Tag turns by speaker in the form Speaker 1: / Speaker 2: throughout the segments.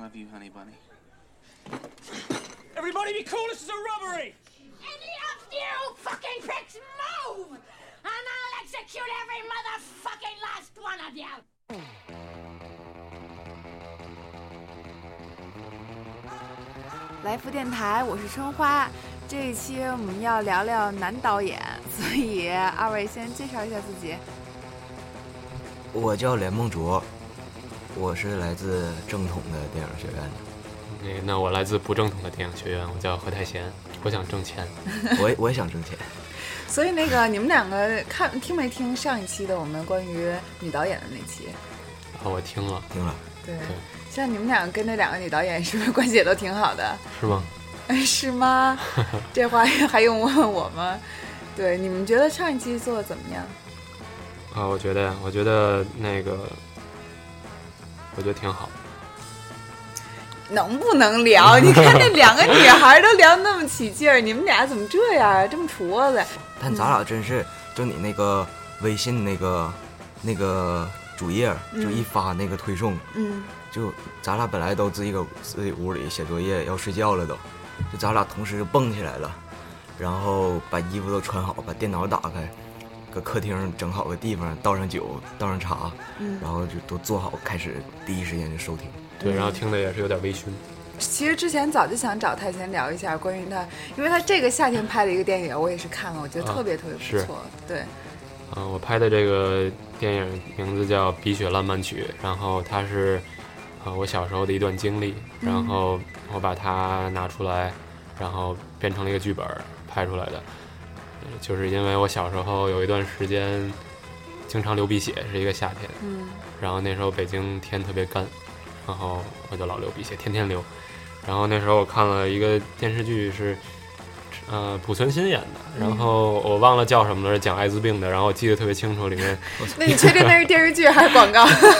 Speaker 1: love you, honey bunny.
Speaker 2: Everybody be cool, this is a robbery!
Speaker 3: Any of you fucking pricks move! And I'll execute every motherfucking last one of you!
Speaker 4: 来福电台，我是春花。这一期我们要聊聊男导演，所以 二位先介绍一下自己。
Speaker 5: 我叫连梦卓，我是来自正统的电影学院的，
Speaker 6: 那个，那我来自不正统的电影学院，我叫何泰贤，我想挣钱。
Speaker 5: 我也我也想挣钱。
Speaker 4: 所以那个你们两个看听没听上一期的我们关于女导演的那期？
Speaker 6: 啊，我听了，
Speaker 5: 听了，
Speaker 4: 对
Speaker 6: 对
Speaker 4: 像你们两个跟那两个女导演是不是关系也都挺好的？哎
Speaker 6: 是吗？
Speaker 4: 是吗？这话还用问我吗？对，你们觉得上一期做的怎么样？
Speaker 6: 啊，我觉得，我觉得那个，我觉得挺好。
Speaker 4: 能不能聊？你看那两个女孩都聊那么起劲儿，你们俩怎么这样，啊这么矬子？
Speaker 5: 但咱俩真是，就你那个微信那个那个主页，就一发那个推送，
Speaker 4: 嗯，
Speaker 5: 就咱俩本来都自己搁自己屋里写作业要睡觉了都，就咱俩同时就蹦起来了，然后把衣服都穿好，把电脑打开，搁客厅整好个地方，倒上酒，倒上茶，然后就都做好，开始第一时间就收听。
Speaker 6: 对，然后听的也是有点微醺。
Speaker 4: 其实之前早就想找太贤聊一下关于他，因为他这个夏天拍的一个电影，我也是看了，我觉得
Speaker 6: 啊
Speaker 4: 特别特别不
Speaker 6: 是
Speaker 4: 错。 对，
Speaker 6: 嗯、我拍的这个电影名字叫《鼻血浪漫曲》，然后它是啊、呃我小时候的一段经历，然后我把它拿出来，然后变成了一个剧本儿拍出来的。呃就是因为我小时候有一段时间经常流鼻血，是一个夏天，
Speaker 4: 嗯，
Speaker 6: 然后那时候北京天特别干，然后我就老流鼻血，天天流。然后那时候我看了一个电视剧是，呃，濮存昕演的，
Speaker 4: 嗯
Speaker 6: 然后我忘了叫什么了，是讲艾滋病的。然后我记得特别清楚，里 面
Speaker 4: 那你确定那是电视剧还是广告？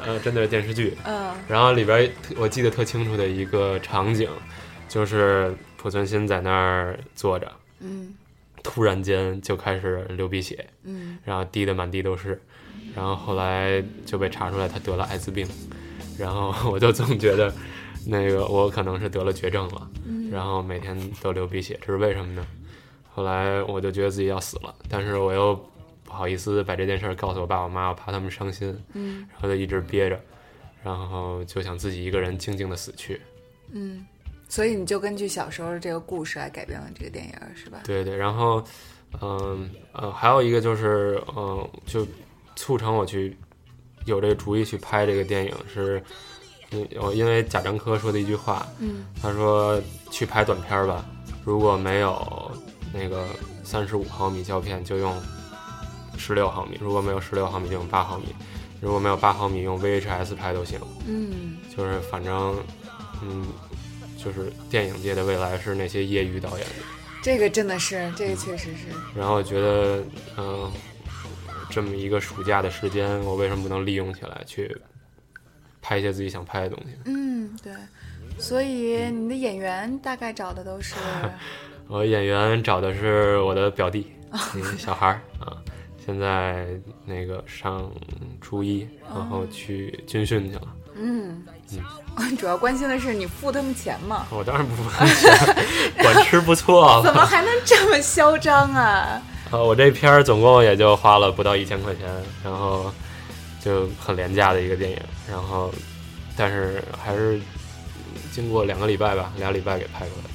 Speaker 6: 呃，真的是电视剧。
Speaker 4: 嗯
Speaker 6: 然后里边儿特我记得特清楚的一个场景，就是濮存昕在那儿坐着，
Speaker 4: 嗯
Speaker 6: 突然间就开始流鼻血，
Speaker 4: 嗯，
Speaker 6: 然后滴的满地都是，然后后来就被查出来他得了艾滋病，然后我就总觉得，那个我可能是得了绝症了，
Speaker 4: 嗯
Speaker 6: 然后每天都流鼻血，这是为什么呢？后来我就觉得自己要死了，但是我又不好意思把这件事儿告诉我爸我妈，我怕他们伤心，
Speaker 4: 嗯
Speaker 6: 然后就一直憋着，然后就想自己一个人静静的死去。
Speaker 4: 嗯，所以你就根据小时候这个故事来改编了这个电影，是吧？
Speaker 6: 对对，然后，嗯呃，还有一个就是，嗯、就促成我去有这个主意去拍这个电影是，嗯我因为贾樟柯说的一句话，
Speaker 4: 嗯，
Speaker 6: 他说去拍短片儿吧，如果没有那个三十五毫米胶片，就用十六毫米；如果没有十六毫米，就用八毫米；如果没有八毫米，用 VHS 拍都行。
Speaker 4: 嗯
Speaker 6: 就是反正，嗯，就是电影界的未来是那些业余导演。
Speaker 4: 这个真的是，这个确实是，
Speaker 6: 然后我觉得，嗯、这么一个暑假的时间，我为什么不能利用起来去拍一些自己想拍的东西？
Speaker 4: 嗯对。所以你的演员大概找的 都是，
Speaker 6: 我演员找的是我的表弟，一个小孩儿啊，现在那个上初一，然后去军训去了。
Speaker 4: 嗯，主要关心的是你付他们钱吗？
Speaker 6: 我当然不分钱 管吃不错
Speaker 4: 怎
Speaker 6: 啊
Speaker 4: 么还能这么嚣张啊？
Speaker 6: 我这片儿总共也就花了不到一千块钱，然后就很廉价的一个电影，然后但是还是经过两个礼拜吧，俩礼拜给拍出来。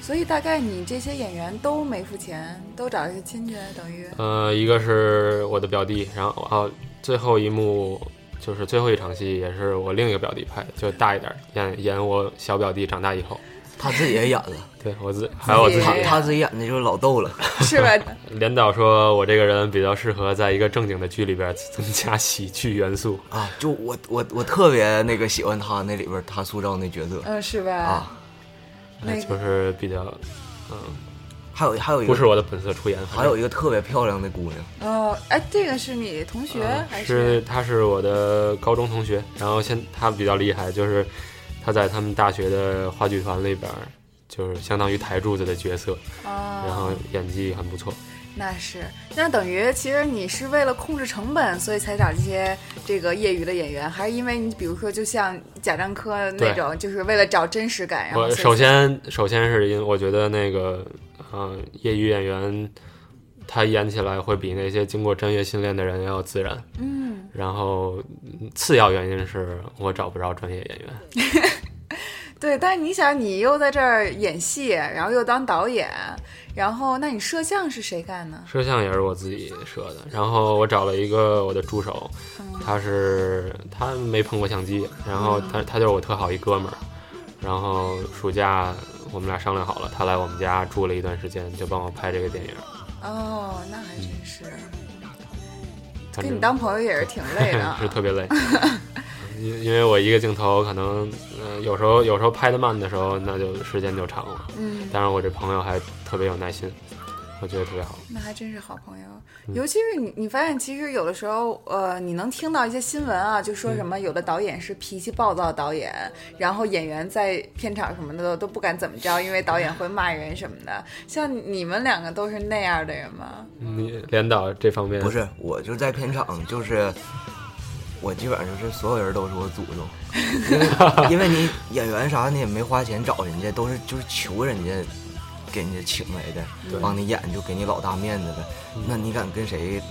Speaker 4: 所以大概你这些演员都没付钱，都找一些亲戚，等 于
Speaker 6: 呃，一个是我的表弟，然后哦，最后一幕就是最后一场戏，也是我另一个表弟拍的，就大一点儿，演演我小表弟长大以后。
Speaker 5: 他自己也演了，
Speaker 6: 对我自还有我自
Speaker 5: 他
Speaker 6: 己，
Speaker 5: 他自己演的就是老逗了。
Speaker 4: 是吧？
Speaker 6: 连导说我这个人比较适合在一个正经的剧里边增加喜剧元素。
Speaker 5: 啊，就我我我特别那个喜欢他那里边儿他塑造那角色
Speaker 6: 哎
Speaker 4: 嗯，是吧？
Speaker 5: 啊，
Speaker 4: 那个
Speaker 6: 就是比较，嗯，
Speaker 5: 还有还有一
Speaker 6: 不是
Speaker 5: 个
Speaker 6: 我的本色出演，
Speaker 5: 还有一个特别漂亮的姑娘，
Speaker 4: 哦，哎，这个是你同学、
Speaker 6: 嗯
Speaker 4: 还
Speaker 6: 是他是我的高中同学，然后现他比较厉害，就是他在他们大学的话剧团里边儿，就是相当于台柱子的角色，
Speaker 4: 啊？
Speaker 6: 然后演技很不错。
Speaker 4: 那是，那等于其实你是为了控制成本，所以才找这些这个业余的演员，还是因为你比如说就像贾樟柯那
Speaker 6: 对
Speaker 4: 种，就是为了找真实感，然后
Speaker 6: 我
Speaker 4: 所以
Speaker 6: 首先首先是因为我觉得那个呃业余演员他演起来会比那些经过专业训练的人要自然，嗯，然后嗯次要原因是我找不着专业演员，
Speaker 4: 对，但是你想，你又在这儿演戏，然后又当导演，然后那你摄像是谁干呢？
Speaker 6: 摄像也是我自己摄的，然后我找了一个我的助手，
Speaker 4: 嗯
Speaker 6: 他是他没碰过相机，然后
Speaker 4: 嗯
Speaker 6: 他他就是我特好一哥们儿，然后暑假我们俩商量好了，他来我们家住了一段时间，就帮我拍这个电影。
Speaker 4: 哦，那还真是，
Speaker 6: 反
Speaker 4: 跟
Speaker 6: 正
Speaker 4: 你当朋友也是挺累的啊。
Speaker 6: 是特 别累，因因为我一个镜头可能，呃，有时候有时候拍的慢的时候，那就时间就长了。
Speaker 4: 嗯，
Speaker 6: 当然我这朋友还特别有耐心，我觉得特别好。
Speaker 4: 那还真是好朋友，尤其是你，你发现其实有的时候，呃，你能听到一些新闻啊，就说什么有的导演是脾气暴躁的导演，然后演员在片场什么的都都不敢怎么着，因为导演会骂人什么的。像你们两个都是那样的人吗？
Speaker 6: 你连导这方面
Speaker 5: 不是，我就在片场，就是我基本上就是所有人都是我祖宗， 因为因为你演员啥的你也没花钱找人家，都是就是求人家给人家请来的，帮你演就给你老大面子了。
Speaker 6: 嗯
Speaker 5: 那你敢跟谁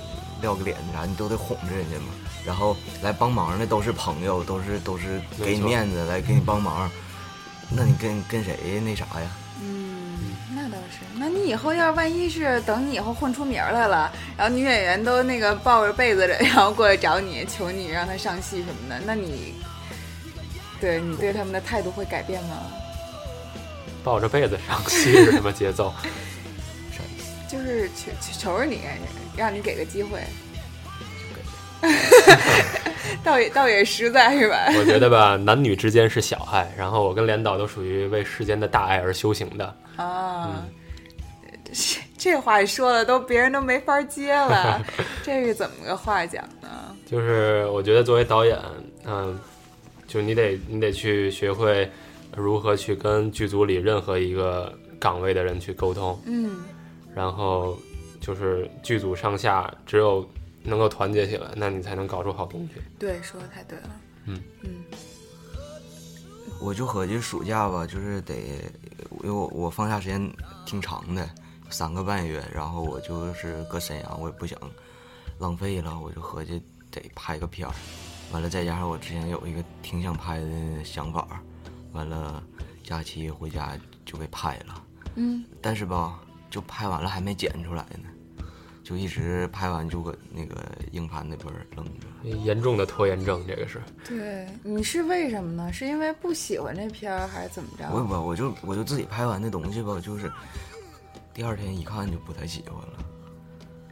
Speaker 5: 撂个脸啥，你都得哄着人家嘛。然后来帮忙的都是朋友，都是都是给你
Speaker 6: 没错
Speaker 5: 面子来给你帮忙，那你跟跟谁那啥呀？
Speaker 4: 嗯，那倒是。那你以后要是万一是等你以后混出名儿来了，然后女演员都那个抱着被子，然后过来找你，求你让她上戏什么的，那你对你对他们的态度会改变吗？
Speaker 6: 抱着被子上 戏是什么节奏？
Speaker 5: 啥意思？
Speaker 4: 就是求求求着你，让你给个机会， 倒也倒也实在是吧？
Speaker 6: 我觉得吧，男女之间是小爱，然后我跟连导都属于为世间的大爱而修行的。
Speaker 4: 啊，
Speaker 5: 嗯
Speaker 4: 这这话说的都别人都没法接 了，这是怎么个话讲呢？
Speaker 6: 就是我觉得作为导演，嗯、就你得你得去学会如何去跟剧组里任何一个岗位的人去沟通，
Speaker 4: 嗯
Speaker 6: 然后就是剧组上下只有能够团结起来，那你才能搞出好东西。
Speaker 4: 对，说的太对了。
Speaker 6: 嗯
Speaker 4: 嗯
Speaker 5: 我就合计暑假吧，就是得，因为我我放假时间挺长的，三个半月，然后我就是搁沈阳，我也不想浪费了，我就合计得拍个片儿，完了再加上我之前有一个挺想拍的想法儿，完了假期回家就给拍了，
Speaker 4: 嗯，
Speaker 5: 但是吧，就拍完了还没剪出来呢，就一直拍完就搁那个硬盘那边儿扔着。
Speaker 6: 哎严重的拖延症，这个是
Speaker 4: 对，你是为什么呢？是因为不喜欢这片儿，还是怎么着？
Speaker 5: 我也不知道，我就我就自己拍完的东西吧，就是第二天一看就不太喜欢了。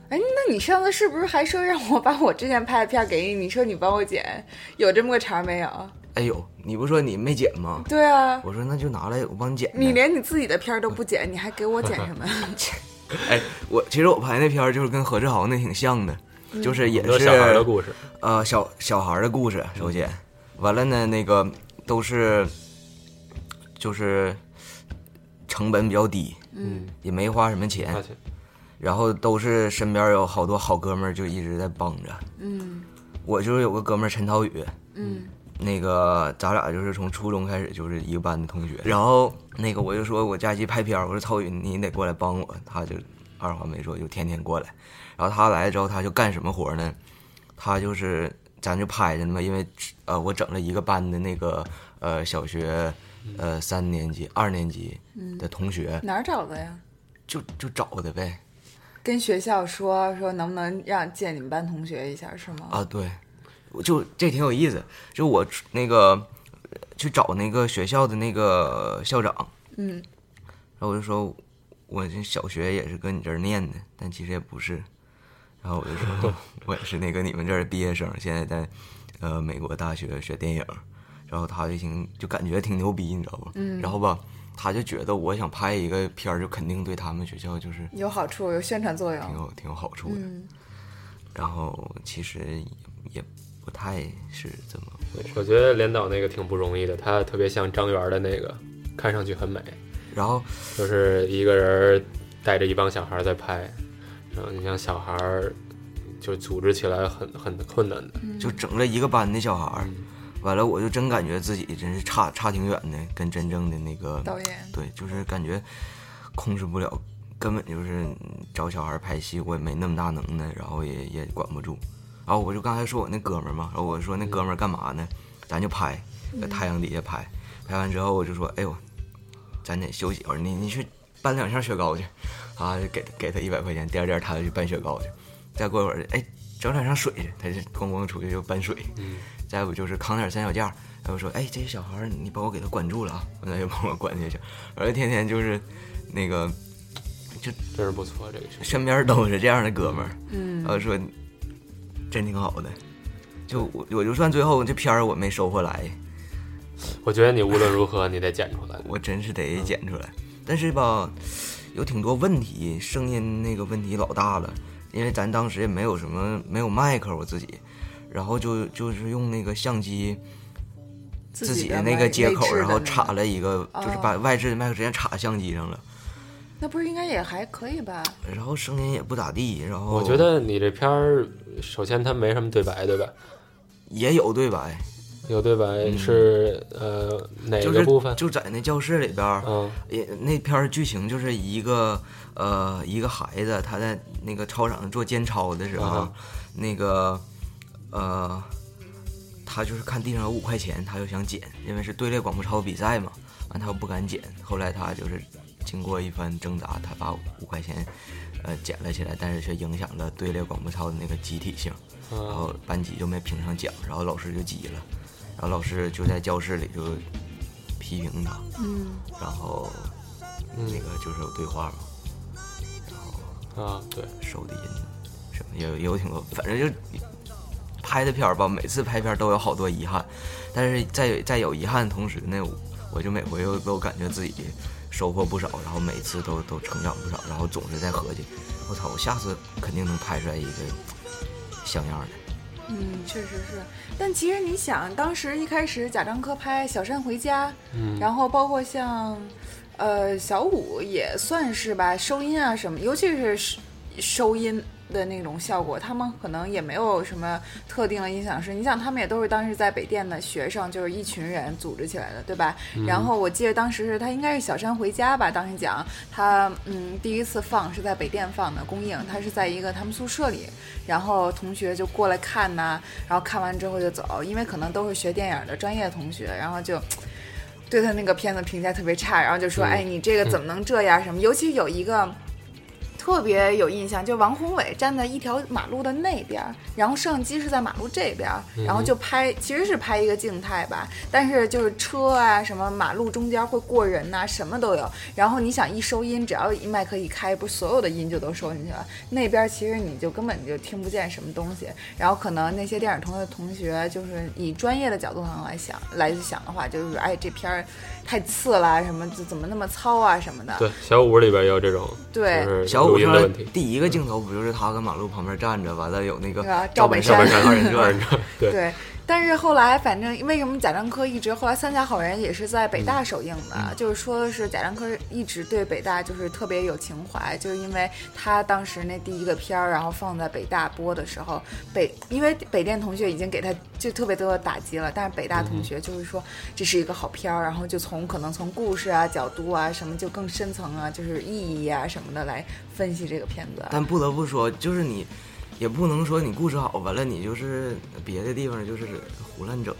Speaker 4: 哎，那你上次是不是还说让我把我之前拍的片儿给你？你说你帮我剪，有这么个茬儿没有？
Speaker 5: 哎呦，你不说你没剪吗？
Speaker 4: 对啊，
Speaker 5: 我说那就拿来，我帮你剪呗。
Speaker 4: 你连你自己的片儿都不剪，你还给我剪什么？
Speaker 5: 哎，我其实我拍那片儿就是跟何志豪那挺像的，
Speaker 4: 嗯
Speaker 5: 就是也
Speaker 6: 很多
Speaker 5: 是
Speaker 6: 小孩的故事。嗯
Speaker 5: 呃小小孩儿的故事，首先，完了呢，那个都是就是成本比较低，
Speaker 6: 嗯，
Speaker 5: 也没花什么钱
Speaker 6: 而，且
Speaker 5: 然后都是身边有好多好哥们儿就一直在帮着。
Speaker 4: 嗯
Speaker 5: 我就是有个哥们儿陈涛宇，
Speaker 4: 嗯
Speaker 5: 那个咱俩就是从初中开始就是一个班的同学，
Speaker 4: 嗯
Speaker 5: 然后那个我就说我假期拍片儿，我说曹宇你得过来帮我，他就二话没说就天天过来，然后他来之后他就干什么活儿呢？他就是咱就拍着呢嘛，因为呃我整了一个班的那个呃小学呃三年级二年级
Speaker 4: 嗯
Speaker 5: 的同学，
Speaker 4: 哪儿找的呀？
Speaker 5: 就就找的呗
Speaker 4: 跟学校说说能不能让见你们班同学一下是吗？
Speaker 5: 啊对，我就这挺有意思，就我那个呃去找那个学校的那个校长。
Speaker 4: 嗯，
Speaker 5: 然后我就说，我这小学也是跟你这儿念的，但其实也不是。然后我就说，我也是那个你们这儿的毕业生，现在在呃美国大学学电影。然后他就挺就感觉挺牛逼，你知道吧？嗯。然后吧，他就觉得我想拍一个片儿，就肯定对他们学校就是
Speaker 4: 有好处，有宣传作
Speaker 5: 挺
Speaker 4: 用。
Speaker 5: 有挺有好处的。
Speaker 4: 嗯
Speaker 5: 然后其实也也不太是怎么回事。
Speaker 6: 我觉得连导那个挺不容易的，他特别像张元的那个，看上去很美，
Speaker 5: 然后
Speaker 6: 就是一个人带着一帮小孩在拍，然后你像小孩儿，就组织起来很很困难的。
Speaker 5: 就整了一个班的小孩儿，完了我就真感觉自己真是差差挺远的，跟真正的那个
Speaker 4: 导演
Speaker 5: 对，就是感觉控制不了，根本就是找小孩儿拍戏，我也没那么大能耐，然后也也管不住。然后我就刚才说我那哥们儿嘛，然后我说那哥们儿干嘛呢？咱就拍，在太阳底下拍，拍完之后我就说，哎呦，咱得休息一会儿，你你去搬两箱雪糕去，啊，就给他给他一百块钱，第二天他就去搬雪糕去，再过一会儿，哎，整两箱水去，他就咣咣出去就搬水，再不就是扛点三脚架，他就说，哎，这些小孩儿你帮我给他管住了啊，那就帮我管这些，我就天天就是那个
Speaker 6: 真是不错，这个是
Speaker 5: 身边都是这样的哥们儿，嗯，然后说真挺好的，就我我就算最后这片儿我没收获来，
Speaker 6: 我觉得你无论如何你得剪出来。
Speaker 5: 我真是得剪出来。但是吧，有挺多问题，声音那个问题老大了，因为咱当时也没有什么没有麦克，我自己，然后就就是用那个相机自己的
Speaker 4: 的
Speaker 5: 那个接口，然后插
Speaker 4: 插，
Speaker 5: 了一个，哦就是把外置的麦克直接插相机上了，
Speaker 4: 那不是应该也还可以吧？
Speaker 5: 然后声音也不咋地，然后
Speaker 6: 我觉得你这片儿，首先它没什么对白，对吧？
Speaker 5: 也有对哎白，
Speaker 6: 有对白是、呃哪
Speaker 5: 就
Speaker 6: 个
Speaker 5: 是
Speaker 6: 部分？
Speaker 5: 就在那教室里边儿，
Speaker 6: 嗯
Speaker 5: 也那片儿剧情就是一个呃一个孩子他在那个操场上做监操的时候，
Speaker 6: 嗯哼
Speaker 5: 那个呃他就是看地上有五块钱，他就想捡，因为是队列广播操比赛嘛，完他又不敢捡，后来他就是经过一番挣扎，他把五块钱呃捡了起来，但是却影响了队列广播操的那个集体性，然
Speaker 6: 嗯
Speaker 5: 后班级就没评上奖，然后老师就急了，然后老师就在教室里就批评他，
Speaker 4: 嗯，
Speaker 5: 然后
Speaker 6: 嗯
Speaker 5: 那
Speaker 6: 哦
Speaker 5: 个就是有对话嘛，
Speaker 6: 啊，对，
Speaker 5: 收的音什么也有也有挺多，反正就拍的片儿吧，每次拍片儿都有好多遗憾，但是在在有遗憾的同时呢，我我就每回又都感觉自己收获不少，然后每次都都成长不少，然后总是在合计，我操，我下次肯定能拍出来一个像样的。
Speaker 4: 嗯，确实是。但其实你想，当时一开始贾樟柯拍《小山回家》，
Speaker 6: 嗯，
Speaker 4: 然后包括像，呃，小五也算是吧，收音啊什么，尤其是收收音的那种效果，他们可能也没有什么特定的音响师。你想，他们也都是当时在北电的学生，就是一群人组织起来的，对吧？然后我记得当时是他应该是《小山回家》吧，当时讲他嗯第一次放是在北电放的公映，他是在一个他们宿舍里，然后同学就过来看呐、然后看完之后就走，因为可能都是学电影的专业同学，然后就。对他那个片子评价特别差，然后就说：“哎，你这个怎么能这样？什么？尤其有一个特别有印象，就王宏伟站在一条马路的那边儿，然后摄像机是在马路这边儿，然后就拍，其实是拍一个静态吧，但是就是车啊，什么马路中间会过人呐、什么都有。然后你想一收音，只要一麦克一开，不是所有的音就都收进去了。那边儿其实你就根本就听不见什么东西。然后可能那些电影同学同学，就是以专业的角度上来想来想的话，就是哎这片儿太次了，什么就怎么那么糙啊什么的。
Speaker 6: 对，小五里边也有这种，
Speaker 4: 对
Speaker 6: 就是
Speaker 5: 小
Speaker 6: 录
Speaker 5: 五
Speaker 6: 音
Speaker 5: 上
Speaker 6: 的
Speaker 5: 来
Speaker 6: 问题。
Speaker 5: 第一个镜头不就是他跟马路旁边站着，完了有那
Speaker 4: 对啊
Speaker 5: 个
Speaker 4: 赵本山
Speaker 5: 赵本山二人转，
Speaker 6: 对
Speaker 4: 对，但是后来反正为什么贾樟柯一直后来《三峡好人》也是在北大首映的，就是说的是贾樟柯一直对北大就是特别有情怀，就是因为他当时那第一个片儿，然后放在北大播的时候，北因为北电同学已经给他就特别多的打击了，但是北大同学就是说这是一个好片儿，然后就从可能从故事啊、角度啊什么就更深层啊，就是意义啊什么的来分析这个片子。啊
Speaker 5: 但不得不说，就是你也不能说你故事好，完了你就是别的地方就是胡乱整，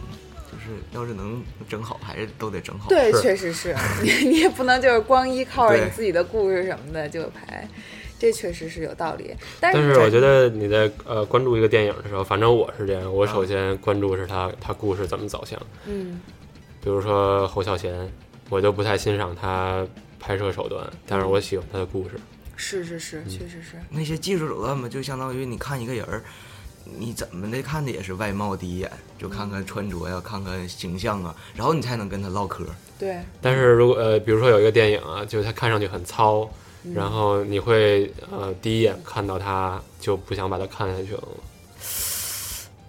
Speaker 5: 就是要是能整好，还是都得整好。
Speaker 4: 对，
Speaker 6: 是
Speaker 4: 确实是 你，你也不能就是光依靠着
Speaker 5: 对
Speaker 4: 你自己的故事什么的就拍，这确实是有道理。但
Speaker 6: 但
Speaker 4: 是
Speaker 6: 是我觉得你在呃关注一个电影的时候，反正我是这样，我首先关注是他他故事怎么走向。
Speaker 4: 嗯，
Speaker 6: 比如说侯孝贤，我就不太欣赏他拍摄手段，但是我喜欢他的故事。
Speaker 4: 是是是，
Speaker 6: 嗯
Speaker 4: 确实是，
Speaker 5: 那些技术手段嘛，就相当于你看一个人儿，你怎么的看的也是外貌第一眼，就看看穿着呀、看看形象啊，然后你才能跟他唠嗑。
Speaker 4: 对，
Speaker 6: 但是如果呃，比如说有一个电影啊，就是它看上去很糙，然后你会呃第一眼看到它就不想把它看下去了。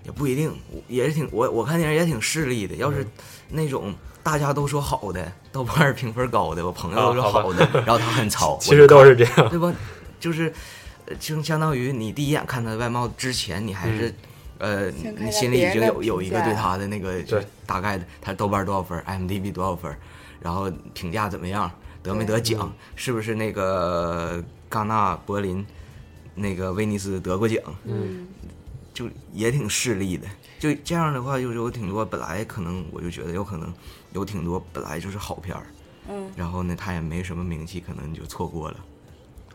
Speaker 5: 也不一定，我也是挺我我看电影也挺势利的。要
Speaker 6: 嗯
Speaker 5: 是那种大家都说好的，豆瓣 儿评分高的，我朋友都说好的，然后他很糙，
Speaker 6: 哦其实
Speaker 5: 我就
Speaker 6: 都是这样，
Speaker 5: 对吧？就是就相当于你第一眼看他的外貌之前，你还是，呃，
Speaker 4: 先看一下
Speaker 5: 你心里已经有有一个
Speaker 4: 别人的评价
Speaker 5: 对他的那个
Speaker 6: 对
Speaker 5: 大概的，他豆瓣多少分，IMDB 多少分，然后评价怎么样，得没得
Speaker 4: 嗯
Speaker 5: 奖，是不是那个戛纳、柏林、那个威尼斯得过奖，嗯，就也挺势利的。就这样的话，就是有挺多本来可能我就觉得有可能有挺多本来就是好片儿，嗯，然后呢，他也没什么名气，可能就错过了。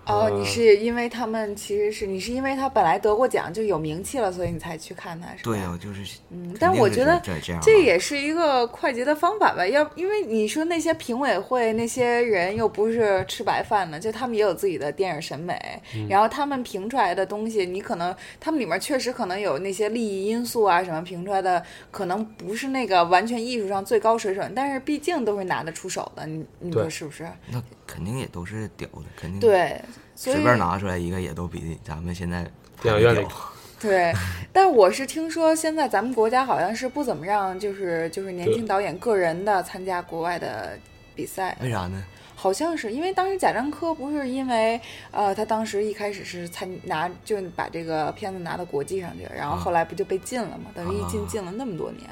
Speaker 4: 哦，你是因为他们其实是你是因为他本来得过奖就有名气了，所以你才去看他，是吧？
Speaker 5: 对呀、就是，
Speaker 4: 嗯
Speaker 5: 肯
Speaker 4: 但
Speaker 5: 定
Speaker 4: 我
Speaker 5: 是
Speaker 4: 觉得
Speaker 5: 这这样吧，
Speaker 4: 这也是一个快捷的方法吧，要因为你说那些评委会那些人又不是吃白饭的，就他们也有自己的电影审美，然后他们评出来的东西，你可能他们里面确实可能有那些利益因素啊什么评出来的，可能不是那个完全艺术上最高水准，但是毕竟都是拿得出手的，你你说
Speaker 6: 对
Speaker 4: 是不是？
Speaker 5: 那肯定也都是屌的，肯定
Speaker 4: 对，所以
Speaker 5: 随便拿出来一个也都比咱们现在
Speaker 6: 电影院
Speaker 5: 拍的
Speaker 6: 里
Speaker 5: 屌
Speaker 4: 对，但我是听说现在咱们国家好像是不怎么让就是就是年轻
Speaker 6: 对
Speaker 4: 导演个人的参加国外的比赛。
Speaker 5: 为啥呢？
Speaker 4: 好像是因为当时贾樟柯不是因为，呃，他当时一开始是参拿就把这个片子拿到国际上去，然后
Speaker 5: 啊
Speaker 4: 后来不就被禁了嘛？等于一禁
Speaker 5: 啊
Speaker 4: 禁了那么多年。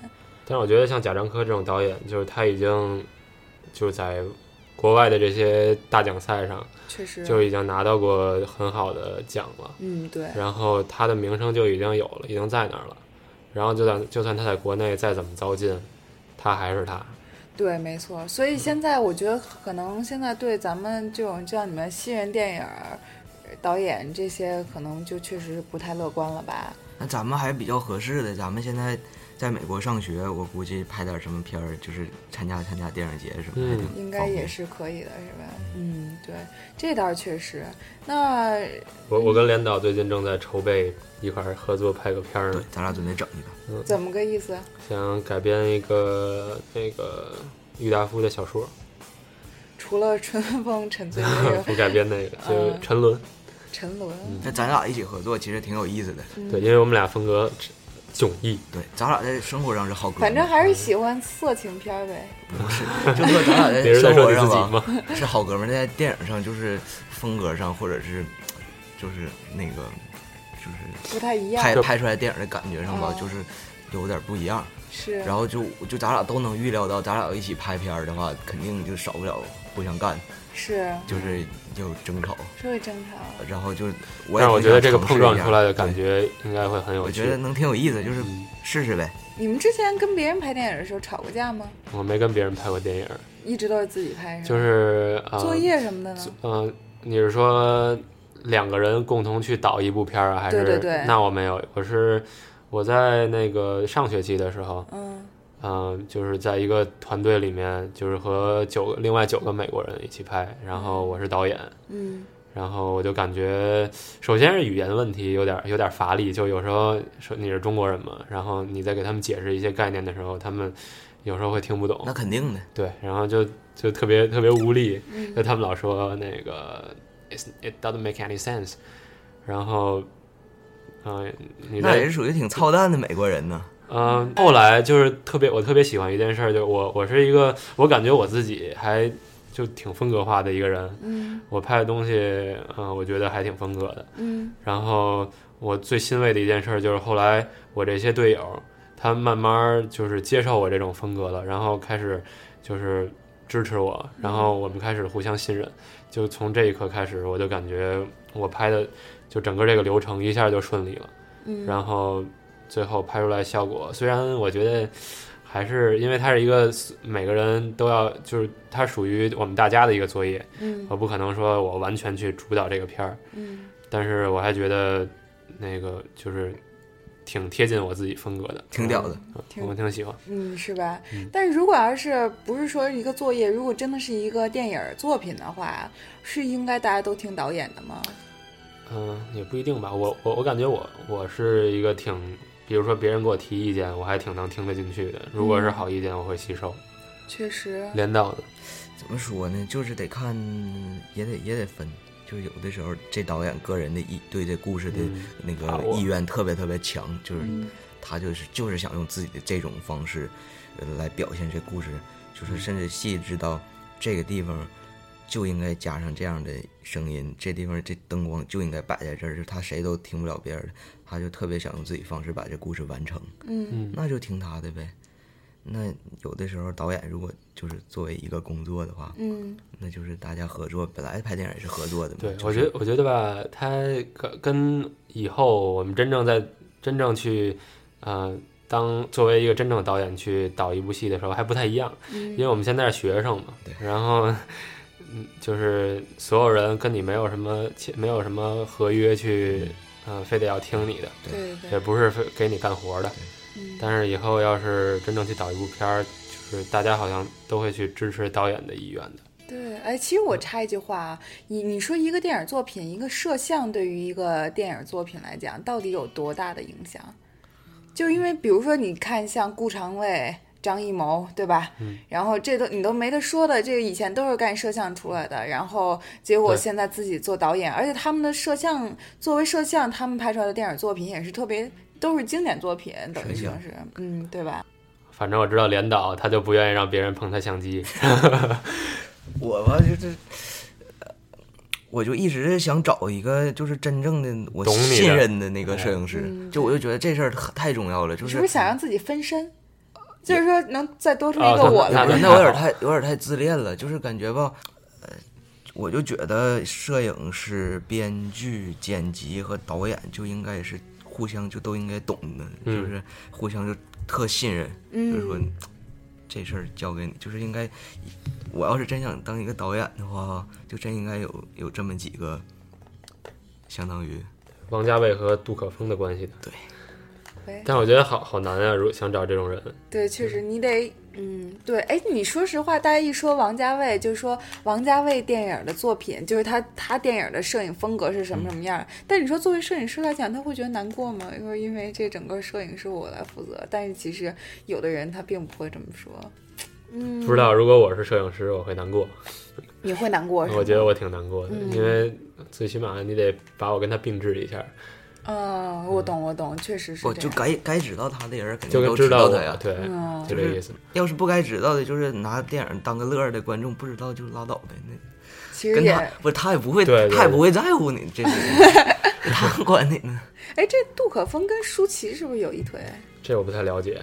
Speaker 6: 但是我觉得像贾樟柯这种导演，就是他已经就是在国外的这些大奖赛上
Speaker 4: 确实，
Speaker 6: 就已经拿到过很好的奖了，
Speaker 4: 嗯，对，
Speaker 6: 然后他的名声就已经有了，已经在那儿了。然后就算就算他在国内再怎么糟践，他还是他。
Speaker 4: 对，没错。所以现在我觉得，可能现在对咱们这种像你们新人电影儿导演这些，可能就确实不太乐观了吧？
Speaker 5: 那咱们还比较合适的，咱们现在在美国上学，我估计拍点什么片儿，就是参加参加电影节什么的，还
Speaker 6: 嗯
Speaker 5: 挺
Speaker 4: 应该
Speaker 5: 方便
Speaker 4: 也是可以的，是吧？嗯，对，这倒是确实。那
Speaker 6: 我我跟连导最近正在筹备一块儿合作拍个片儿
Speaker 5: 对
Speaker 6: 呢，，
Speaker 5: 咱俩准备整一个。
Speaker 4: 怎么个意思？
Speaker 6: 想改编一个那个郁达夫的小说，
Speaker 4: 除了春风沉醉那个
Speaker 6: 不改编那个，
Speaker 4: 嗯
Speaker 6: 就是沉沦。
Speaker 4: 沉沦，
Speaker 6: 嗯
Speaker 5: 那咱俩一起合作，其实挺有意思的。
Speaker 4: 嗯
Speaker 6: 对，因为我们俩风格迥异，
Speaker 5: 对，咱俩在生活上是好哥们
Speaker 4: 反
Speaker 5: 儿，
Speaker 4: 正还是喜欢色情片儿呗。
Speaker 5: 就说咱俩
Speaker 6: 别
Speaker 5: 在
Speaker 6: 人在
Speaker 5: 生
Speaker 6: 说
Speaker 5: 活
Speaker 6: 你自
Speaker 5: 上
Speaker 6: 己
Speaker 5: 吧，
Speaker 6: 吗？
Speaker 5: 是好哥们儿，在电影上就是风格上，或者是就是那个就是
Speaker 4: 不太一样，
Speaker 5: 拍
Speaker 6: 就
Speaker 5: 拍出来电影的感觉上吧
Speaker 4: 哦，
Speaker 5: 就是有点不一样。
Speaker 4: 是。
Speaker 5: 然后就就咱俩都能预料到，咱俩要一起拍片儿的话，肯定就少不了互相干，
Speaker 4: 是
Speaker 6: 嗯
Speaker 5: 就是有争吵。
Speaker 4: 这会正常。
Speaker 5: 然后就是我也
Speaker 6: 但是我
Speaker 5: 挺
Speaker 6: 觉
Speaker 5: 想
Speaker 6: 得这个
Speaker 5: 尝
Speaker 6: 碰
Speaker 5: 试
Speaker 6: 撞
Speaker 5: 一下
Speaker 6: 出来的感，觉应该会很
Speaker 5: 对
Speaker 6: 有
Speaker 5: 我
Speaker 6: 趣嗯
Speaker 5: 觉。得能挺有意思，就是试试呗。
Speaker 4: 你们之前跟别人拍电影的时候吵过架吗？
Speaker 6: 我没跟别人拍过电影，
Speaker 4: 一直都是自己拍，吧
Speaker 6: 就是呃
Speaker 4: 嗯作业什么的呢？
Speaker 6: 呃，你是说两个人共同去导一部片儿啊？还是
Speaker 4: 对对对
Speaker 6: 那我没有，我是我在那个上学期的时候，
Speaker 4: 嗯，
Speaker 6: 嗯，就是在一个团队里面，就是和九个另外九个美国人一起拍，然后我是导演，
Speaker 4: 嗯，
Speaker 6: 然后我就感觉，首先是语言问题有点有点乏力，就有时候说你是中国人嘛，然后你在给他们解释一些概念的时候，他们有时候会听不懂
Speaker 5: 那，肯定的，
Speaker 6: 对，然后就就特别特别无力，就他们老说那个 it it doesn't make any sense，然后，嗯、你
Speaker 5: 那
Speaker 6: 在
Speaker 5: 也是属于挺操蛋的美国人呢。
Speaker 6: 嗯，后来就是特别，我特别喜欢一件事儿，就是我我是一个，我感觉我自己还就挺风格化的一个人，嗯，我拍的东西，嗯、我觉得还挺风格的，嗯，然后我最欣慰的一件事儿就是后来我这些队友，他们慢慢儿就是接受我这种风格了，然后开始就是支持我，然后我们开始互相信任，就从这一刻开始，我就感觉我拍的就整个这个流程一下就顺利了，嗯，然后。最后拍出来效果，虽然我觉得还是因为它是一个每个人都要，就是它属于我们大家的一个作业，
Speaker 4: 嗯，
Speaker 6: 我不可能说我完全去主导这个片儿，
Speaker 4: 嗯，
Speaker 6: 但是我还觉得那个就是挺贴近我自己风格的，
Speaker 5: 挺屌的，
Speaker 6: 嗯我挺喜欢。
Speaker 4: 嗯，是吧？但是如果要是不是说一个作业，如果真的是一个电影作品的话，是应该大家都听导演的吗？
Speaker 6: 嗯，也不一定吧。我我我感觉我我是一个挺，比如说别人给我提意见，我还挺能听得进去的。如果是好意见，我会吸收。
Speaker 4: 确实，
Speaker 6: 连导呢？
Speaker 5: 怎么说呢？就是得看，也得也得分。就是有的时候，这导演个人的意对这故事的
Speaker 6: 嗯
Speaker 5: 那
Speaker 6: 把
Speaker 5: 个
Speaker 6: 握嗯
Speaker 5: 意愿特别特别强，就是他就是就是想用自己的这种方
Speaker 6: 嗯
Speaker 5: 式呃来表现这故事，就是甚至细致到这个地方就应该加上这样的声音，这地方这灯光就应该摆在这儿，就他谁都听不了别人的，他就特别想用自己方式把这故事完成。嗯，那就听他的呗。那有的时候导演如果就是作为一个工作的话，嗯，那就是大家合作，本来拍电影也是合作的嘛。
Speaker 6: 对，
Speaker 5: 嗯就是
Speaker 6: 我觉得我觉得吧，它跟跟以后我们真正在真正去，呃，当作为一个真正的导演去导一部戏的时候还不太一样，因为我们现在是学生嘛，
Speaker 5: 对
Speaker 6: 然后。 嗯，就是所有人跟你没有什么切没有什么合约去，
Speaker 5: 嗯
Speaker 6: 呃，非得要听你的，
Speaker 4: 嗯对对
Speaker 6: 也不是非给你干活的。但是以后要是真正去导一部片儿，就是大家好像都会去支持导演的意愿的。
Speaker 4: 对，哎，其实我插一句话啊，你你说一个电影作品，一个摄像对于一个电影作品来讲，到底有多大的影响？就因为比如说，你看像顾长卫、张艺谋，对吧？嗯。然后这都你都没得说的，这个以前都是干摄像出来的，然后结果
Speaker 6: 对
Speaker 4: 现在自己做导演，而且他们的摄像作为摄像，他们拍出来的电影作品也是特别都是经典作品，等于
Speaker 5: 神
Speaker 4: 说
Speaker 5: 像
Speaker 4: 是，嗯，对吧？
Speaker 6: 反正我知道连导他就不愿意让别人碰他相机，
Speaker 5: 我吧，就是，呃我就一直想找一个就是真正的我
Speaker 6: 懂你的
Speaker 5: 信任的那个摄影师，就我就觉得这事儿太太重要了，就
Speaker 4: 嗯你
Speaker 5: 是
Speaker 4: 是不是想让自己分身？就是说，能再多出
Speaker 6: 啊
Speaker 4: 一个
Speaker 6: 他
Speaker 4: 我
Speaker 6: 那
Speaker 4: 来
Speaker 5: 不
Speaker 6: 那
Speaker 5: 是，
Speaker 6: 那
Speaker 5: 那我有点
Speaker 6: 还
Speaker 5: 太有点太自恋了，就是感觉吧，呃，我就觉得摄影师、编剧、剪辑和导演就应该是互相就都应该懂的，
Speaker 6: 嗯
Speaker 5: 就是互相就特信任，就是
Speaker 4: 嗯
Speaker 5: 说这事儿交给你，就是应该，我要是真想当一个导演的话，就真应该有有这么几个，相当于
Speaker 6: 王家卫和杜可风的关系的。
Speaker 5: 对
Speaker 4: 对
Speaker 6: 但我觉得好好难啊！如果想找这种人，
Speaker 4: 对，确实你得，嗯，对，哎，你说实话，大家一说王家卫，就说王家卫电影的作品，就是他他电影的摄影风格是什
Speaker 5: 嗯
Speaker 4: 么什么样儿。但你说作为摄影师来讲，他会觉得难过吗？因为因为这整个摄影是我来负责，但是其实有的人他并不会这么说，
Speaker 6: 不知道如果我是摄影师，我会难过。
Speaker 4: 你会难过是吗？
Speaker 6: 我觉得我挺难过的，因为最起码你得把我跟他并置一下，
Speaker 4: 嗯，我懂，我懂，确实是
Speaker 5: 我
Speaker 4: 这
Speaker 5: 就
Speaker 4: 样。
Speaker 5: 该该知道他的人肯
Speaker 6: 就
Speaker 5: 定
Speaker 6: 跟
Speaker 5: 都知
Speaker 6: 道
Speaker 5: 道
Speaker 6: 我
Speaker 5: 他呀，
Speaker 6: 对，
Speaker 4: 嗯
Speaker 6: 就这意思。
Speaker 5: 要是不该知道的，就是拿电影当个乐儿的观众不知道就拉倒呗，那。
Speaker 4: 其实
Speaker 5: 跟
Speaker 4: 也，
Speaker 5: 他不是他也不会，
Speaker 6: 对对对
Speaker 5: 他也不会在乎你这些， 他管你呢。
Speaker 4: 哎，这杜可风跟舒淇是不是有一腿？
Speaker 6: 这我不太了解，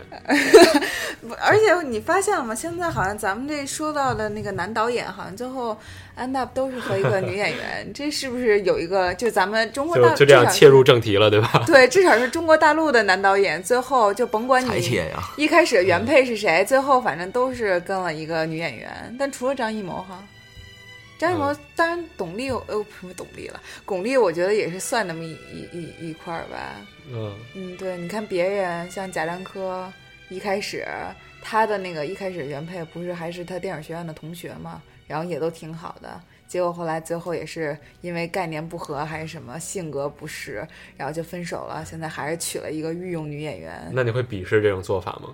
Speaker 4: 不而且你发现了吗？现在好像咱们这说到的那个男导演，好像最后 end up 都是和一个女演员，这是不是有一个？就咱们中国
Speaker 6: 就
Speaker 4: 大
Speaker 6: 就这样
Speaker 4: 至少是
Speaker 6: 切入正题了，对 吧？
Speaker 4: 对，至少是中国大陆的男导演，最后就甭管
Speaker 5: 裁
Speaker 4: 你
Speaker 5: 切呀
Speaker 4: 一开始原配是谁，最后反正都是跟了一个女演员。但除了张艺谋哈，张艺谋、
Speaker 6: 嗯
Speaker 4: 当然董力，呃，不是董力了，巩俐我觉得也是算那么一一一一块儿吧。
Speaker 6: 嗯，
Speaker 4: 嗯，对，你看别人像贾樟柯，一开始他的那个一开始原配不是还是他电影学院的同学嘛，然后也都挺好的，结果后来最后也是因为概念不合还是什么性格不适，然后就分手了。现在还是娶了一个御用女演员。
Speaker 6: 那你会鄙视这种做法吗？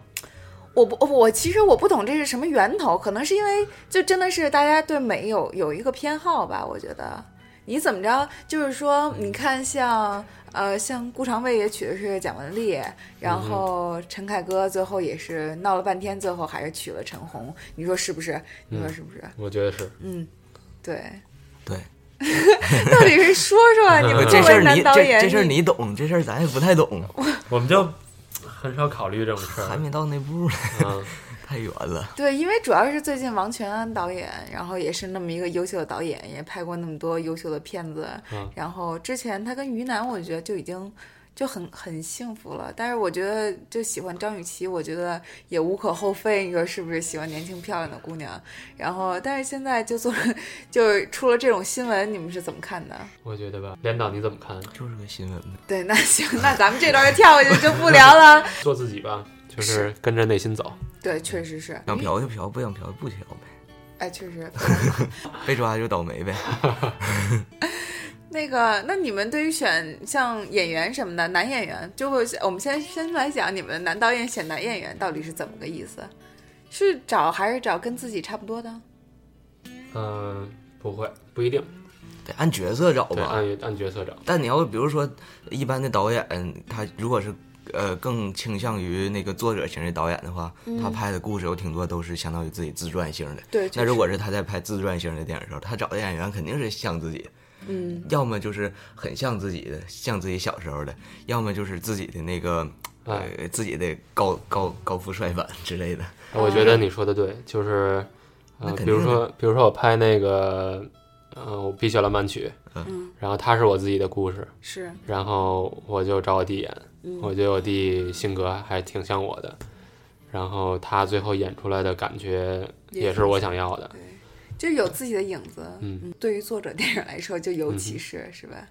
Speaker 4: 我不，哦我其实我不懂这是什么源头，可能是因为就真的是大家对美有有一个偏好吧，我觉得。你怎么着？就是说，
Speaker 5: 嗯
Speaker 4: 你看像呃，像顾长卫也娶的是蒋雯丽，
Speaker 5: 嗯
Speaker 4: 然后陈凯歌最后也是闹了半天，最后还是娶了陈红，你说是不是？你
Speaker 5: 嗯
Speaker 4: 说是不是？
Speaker 6: 我觉得是，
Speaker 4: 对，
Speaker 5: 对，
Speaker 4: 到底是说说啊你
Speaker 6: 嗯
Speaker 4: 们作
Speaker 5: 嗯这事
Speaker 4: 为
Speaker 5: 儿你
Speaker 4: 男导演，
Speaker 5: 这这事儿你懂，这事儿咱也不太懂，
Speaker 6: 我们就很少考虑这种事
Speaker 5: 还
Speaker 6: 儿。
Speaker 5: 没到那步呢，
Speaker 6: 嗯，
Speaker 5: 太远了。
Speaker 4: 对，因为主要是最近王全安导演，然后也是那么一个优秀的导演，也拍过那么多优秀的片子。
Speaker 6: 嗯
Speaker 4: 然后之前他跟于南，我觉得就已经就很很幸福了。但是我觉得就喜欢张雨绮，我觉得也无可厚非。你说是不是？喜欢年轻漂亮的姑娘。然后，但是现在就做就是出了这种新闻，你们是怎么看的？
Speaker 6: 我觉得吧，连导你怎么看？
Speaker 5: 就是个新闻呗，
Speaker 4: 对，那行，那咱们这段就跳过去就不聊了。
Speaker 6: 做自己吧，就是是跟着内心走。
Speaker 4: 对，确实是，
Speaker 5: 想嫖就嫖，不想嫖就不嫖呗，
Speaker 4: 哎，确实。
Speaker 5: 被抓就倒霉呗。
Speaker 4: 那个，那你们对于选像演员什么的，男演员，就会我们先先来讲你们男导演选男演员到底是怎么个意思？是找还是找跟自己差不多的？
Speaker 6: 嗯，不会，不一定，
Speaker 5: 得按角色找
Speaker 6: 对，
Speaker 5: 吧。
Speaker 6: 按按角色找。
Speaker 5: 嗯但你要比如说一般的导演，他如果是呃更倾向于那个作者型的导演的话，他拍的故事有挺多都是相当于自己自传型的。
Speaker 4: 嗯对确
Speaker 5: 那如果是他在拍自传型的电影的时候，他找的演员肯定是像自己，嗯，要么就是很像自己的，像自己小时候的，要么就是自己的那个。
Speaker 6: 哎
Speaker 5: 呃，自己的高高高富帅版之类的，
Speaker 6: 我觉得你说的对，就是，
Speaker 5: 嗯那
Speaker 6: 呃，
Speaker 5: 肯
Speaker 6: 比
Speaker 5: 定的
Speaker 6: 如说，比如说我拍那个，呃，我《碧血浪漫曲》，嗯，然后它是我自己的故事，
Speaker 4: 是嗯
Speaker 6: 然后我就找我弟演，我觉得我弟性格还挺像我的，然后他最后演出来的感觉也是我想要的，
Speaker 4: 就有自己的影子。
Speaker 6: 嗯，
Speaker 4: 对于作者电影来说，就尤其是、是吧？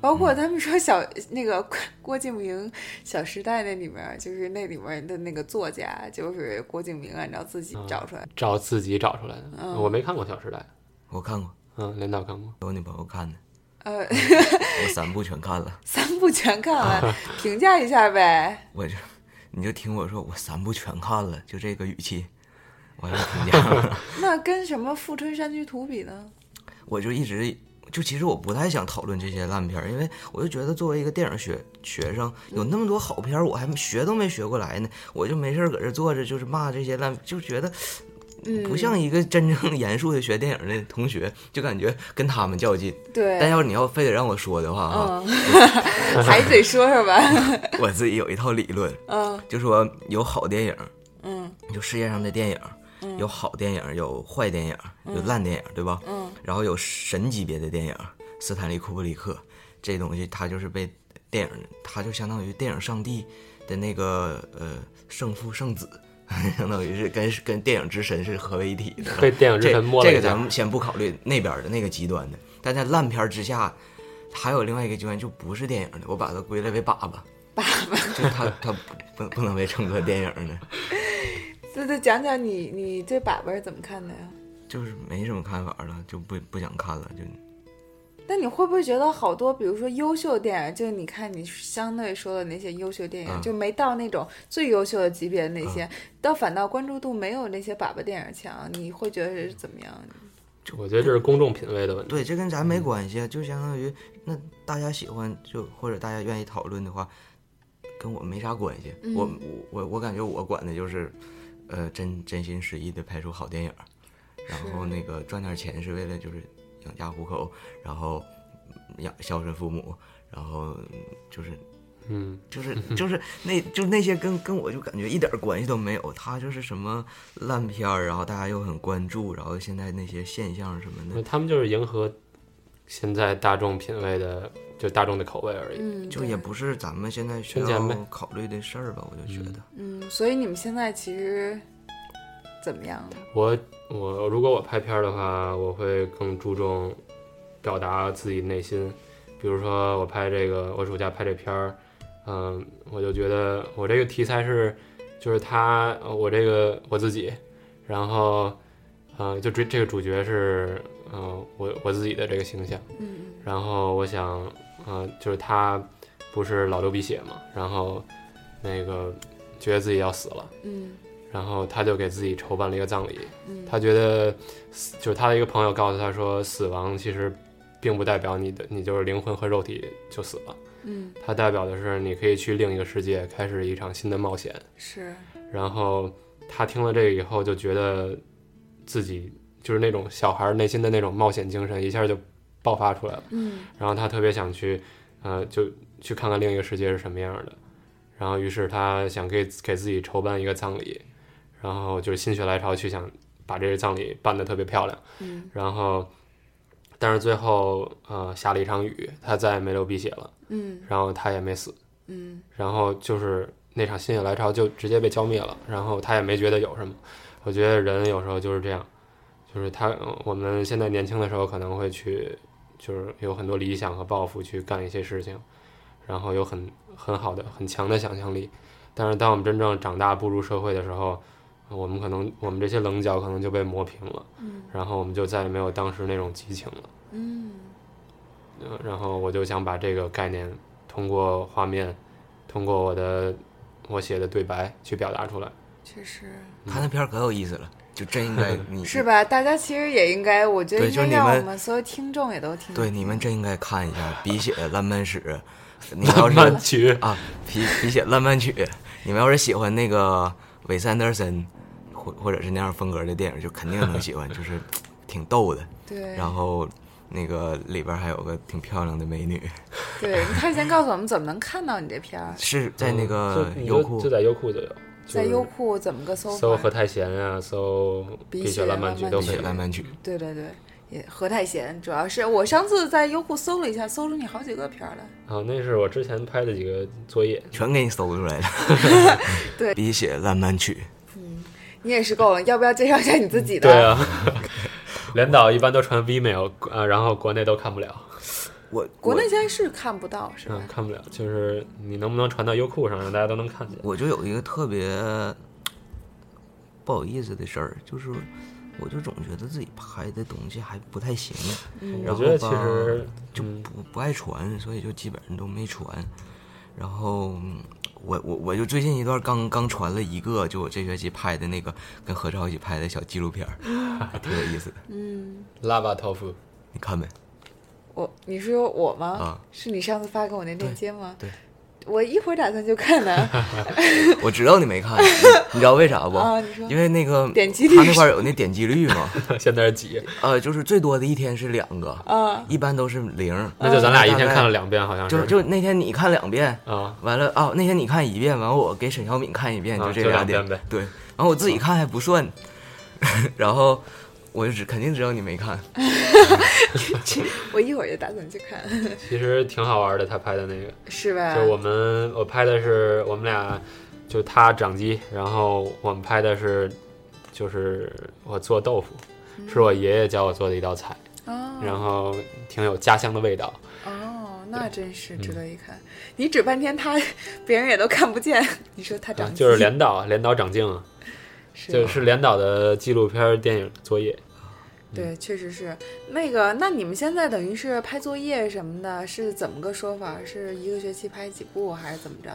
Speaker 4: 包
Speaker 6: 嗯
Speaker 4: 括他们说小那个郭郭敬明《小时代》那里面，就是那里面的那个作家，就是郭敬明按照自
Speaker 6: 嗯
Speaker 4: 己找出来。
Speaker 6: 找自己找出来的。我没看过《小时代》，
Speaker 5: 我看过，
Speaker 6: 嗯，领导看 过，
Speaker 5: 我女朋友看的，
Speaker 4: 呃，
Speaker 5: 我三部全看了。
Speaker 4: 三部全看 完，评价一下呗。
Speaker 5: 我就你就听我说，我三部全看了，就这个语气，我还评价了，
Speaker 4: 那跟什么《富春山居图》比呢？
Speaker 5: 我就一直就其实我不太想讨论这些烂片儿，因为我就觉得作为一个电影学学生，有那么多好片儿，我还学都没学过来呢，我就没事儿搁这坐着，就是骂这些烂，就觉得。不像一个真正严肃的学电影的同学，就感觉跟他们较劲。
Speaker 4: 对，
Speaker 5: 但要是你要非得让我说的话，哈、
Speaker 4: 嗯， 还得说说吧。
Speaker 5: 我自己有一套理论，
Speaker 4: 嗯，
Speaker 5: 就说有好电影，
Speaker 4: 嗯，
Speaker 5: 就世界上的电影，有好电影，有坏电影，有烂电影，对吧？嗯，然后有神级别的电影，斯坦利库布里克这东西，它就是被电影，它就相当于电影上帝的那个呃圣父圣子。 相当于是跟跟电影之神是合为一体的，
Speaker 6: 被电影之神摸了
Speaker 5: 这
Speaker 6: 一
Speaker 5: 这
Speaker 6: 下
Speaker 5: 个咱们先不考虑那边的那个极端的，但在烂片儿之下，还有另外一个极端就不是电影的，我把它归类为粑粑。就他他不不能被称作电影呢，
Speaker 4: 对对，讲讲你你对粑粑是怎么看的呀？
Speaker 5: 就是没什么看法了，就不不想看了，就
Speaker 4: 那你会不会觉得好多，比如说优秀电影，就你看你相对说的那些优秀电影，
Speaker 5: 嗯
Speaker 4: 就没到那种最优秀的级别的那些，倒反倒关注度没有那些粑粑电影强，你会觉得是怎么样？
Speaker 6: 我觉得这是公众品味的问题。
Speaker 5: 对，这跟咱没关系啊，就相当于那大家喜欢就或者大家愿意讨论的话，跟我没啥关系。我我我我感觉我管的就是，呃，真真心实意的拍出好电影，然后那个赚点钱是为了就是养家糊口，然后养孝顺父母，然后就是
Speaker 6: 嗯，
Speaker 5: 就是就是那就那些跟跟我就感觉一点儿关系都没有，他就是什么烂片儿，然后大家又很关注，然后现在那些现象什么
Speaker 6: 那
Speaker 5: 的，
Speaker 6: 他们就是迎合现在大众品味的，就大众的口味而已。
Speaker 4: 嗯，
Speaker 5: 就也不是咱们现在需
Speaker 6: 圈钱呗
Speaker 5: 要考虑的事儿吧，我就觉得。
Speaker 4: 嗯，所以你们现在其实怎么样？
Speaker 6: 我我如果我拍片儿的话，我会更注重表达自己内心。比如说我拍这个，我暑假拍这片儿，嗯，我就觉得我这个题材是，就是他，呃我这个我自己，然后，呃，就这这个主角是，嗯、我我自己的这个形象，
Speaker 4: 嗯，
Speaker 6: 然后我想，呃，就是他不是老流鼻血嘛，然后那个觉得自己要死了，
Speaker 4: 嗯
Speaker 6: 然后他就给自己筹办了一个葬礼。他觉得死，就是他的一个朋友告诉他说，死亡其实并不代表你的，你就是灵魂和肉体就死了，
Speaker 4: 嗯，
Speaker 6: 它代表的是你可以去另一个世界，开始一场新的冒险。
Speaker 4: 是，
Speaker 6: 然后他听了这个以后，就觉得自己就是那种小孩内心的那种冒险精神，一下就爆发出来了。
Speaker 4: 嗯
Speaker 6: 然后他特别想去，呃，就去看看另一个世界是什么样的。然后，于是他想给给自己筹办一个葬礼，然后就是心血来潮去想把这个葬礼办得特别漂亮。
Speaker 4: 嗯
Speaker 6: 然后，但是最后呃下了一场雨，他再也没流鼻血了，
Speaker 4: 嗯
Speaker 6: 然后他也没死，
Speaker 4: 嗯
Speaker 6: 然后就是那场心血来潮就直接被浇灭了，然后他也没觉得有什么。我觉得人有时候就是这样，就是他呃我们现在年轻的时候可能会去，就是有很多理想和抱负去干一些事情，然后有很很好的很强的想象力，但是当我们真正长大步入社会的时候，呃我们可能我们这些棱角可能就被磨平了，然后我们就再也没有当时那种激情了。
Speaker 4: 嗯，
Speaker 6: 呃然后我就想把这个概念通过画面，通过我的我写的对白去表达 出来。
Speaker 4: 确实
Speaker 6: 嗯
Speaker 5: 他那片儿可有意思了，就真应 该你
Speaker 4: 是？吧？大家其实也应该，我觉得
Speaker 5: 对
Speaker 4: 应该
Speaker 5: 就是你
Speaker 4: 让我
Speaker 5: 们
Speaker 4: 们所有听众也都听。
Speaker 5: 对，你们真应该看一下《鼻血烂漫史》你们要
Speaker 6: 浪
Speaker 5: 是
Speaker 6: 漫曲，
Speaker 5: 啊，皮皮写浪漫曲，你们要是喜欢那个韦斯安德森，或或者是那样风格的电影，就肯定能喜欢， 就是挺逗的。
Speaker 4: 对
Speaker 5: 然后那个里边还有个挺漂亮的美女，
Speaker 4: 对，你快先告诉我们怎么能看到你这片儿，
Speaker 5: 是在那
Speaker 6: 就
Speaker 5: 个
Speaker 6: 嗯你就
Speaker 5: 优酷
Speaker 6: 就在优酷就有，就
Speaker 4: 在
Speaker 6: 是
Speaker 4: 优酷怎么个搜
Speaker 6: 搜
Speaker 4: 法
Speaker 6: 何？泰贤啊，搜
Speaker 4: 鼻
Speaker 6: 《
Speaker 4: 血
Speaker 6: 血
Speaker 4: 浪
Speaker 6: 浪漫
Speaker 4: 漫
Speaker 6: 局》都
Speaker 4: 剧
Speaker 6: 没
Speaker 5: 写
Speaker 6: 有。
Speaker 5: 浪漫曲，
Speaker 4: 对对对，也何太贤，主要是我上次在优酷搜了一下，搜出你好几个片儿来。
Speaker 6: 啊，那是我之前拍的几个作业，
Speaker 5: 全给你搜出来了。
Speaker 4: 对
Speaker 5: 鼻血浪漫曲，
Speaker 4: 你也是够了，要不要介绍一下你
Speaker 5: 嗯
Speaker 4: 自己的？
Speaker 6: 对啊， 连导一般都传 Vmail 啊，然后国内都看不了，
Speaker 5: 我
Speaker 4: 国内
Speaker 5: 我
Speaker 4: 现在是看不到，是吧？
Speaker 6: 嗯，看不了。就是你能不能传到优酷上，让大家都能看见？
Speaker 5: 我就有一个特别不好意思的事儿，就是我就总觉得自己拍的东西还不太行，嗯然
Speaker 4: 嗯
Speaker 6: 我
Speaker 5: 后
Speaker 6: 觉得其
Speaker 5: 吧
Speaker 6: 实
Speaker 5: 就不不爱传，所以就基本上都没传。然后嗯我我我就最近一段刚刚传了一个，就我这学期拍的那个跟何超一起拍的小纪录片儿，
Speaker 4: 嗯
Speaker 5: 还挺有意思的，
Speaker 6: 拉巴托夫
Speaker 5: 你看没？
Speaker 4: 我你是说我吗？
Speaker 5: 啊
Speaker 4: 是你上次发给我那链接吗？
Speaker 5: 对
Speaker 4: 我一会儿打算就看呢。
Speaker 5: 我知道你没看，你知道为啥不？
Speaker 4: 啊你说
Speaker 5: 因为那个
Speaker 4: 点击率
Speaker 5: 他那块儿有那点击率嘛，
Speaker 6: 现在是几？
Speaker 5: 呃，就是最多的一天是两个，
Speaker 4: 啊，
Speaker 5: 一般都是零。
Speaker 6: 那就咱俩一天看了
Speaker 5: 两，
Speaker 6: 两遍，好
Speaker 5: 嗯
Speaker 6: 像。
Speaker 5: 就是就那天你看两遍，
Speaker 6: 啊，
Speaker 5: 完了啊，那天你看一遍，完我给沈小敏看一遍，
Speaker 6: 啊
Speaker 5: 就这
Speaker 6: 就
Speaker 5: 俩
Speaker 6: 两
Speaker 5: 点
Speaker 6: 遍呗
Speaker 5: 对，然后我自己看还不算， 然后我就只肯定知道你没看，
Speaker 4: 我一会儿就打算去看，
Speaker 6: 其实挺好玩的，他拍的那个。
Speaker 4: 是
Speaker 5: 啊
Speaker 4: 吧？
Speaker 6: 就我们我拍的是我们俩，就他掌机，然后我们拍的是就是我做豆腐，
Speaker 5: 嗯
Speaker 6: 是我爷爷教我做的一道菜，然
Speaker 4: 哦
Speaker 6: 后挺有家乡的味道。
Speaker 4: 哦，那真是
Speaker 5: 嗯
Speaker 4: 值得一看。你指半天他，别人也都看不见。你说他
Speaker 6: 啊
Speaker 4: 长、，
Speaker 6: 就是连导连导长镜 啊，
Speaker 4: 是
Speaker 6: 就是连导的纪录片电影作业。
Speaker 4: 对，确实是那个。那你们现在等于是拍作业什么的，是怎么个说法？是一个学期拍几部，还是怎么着？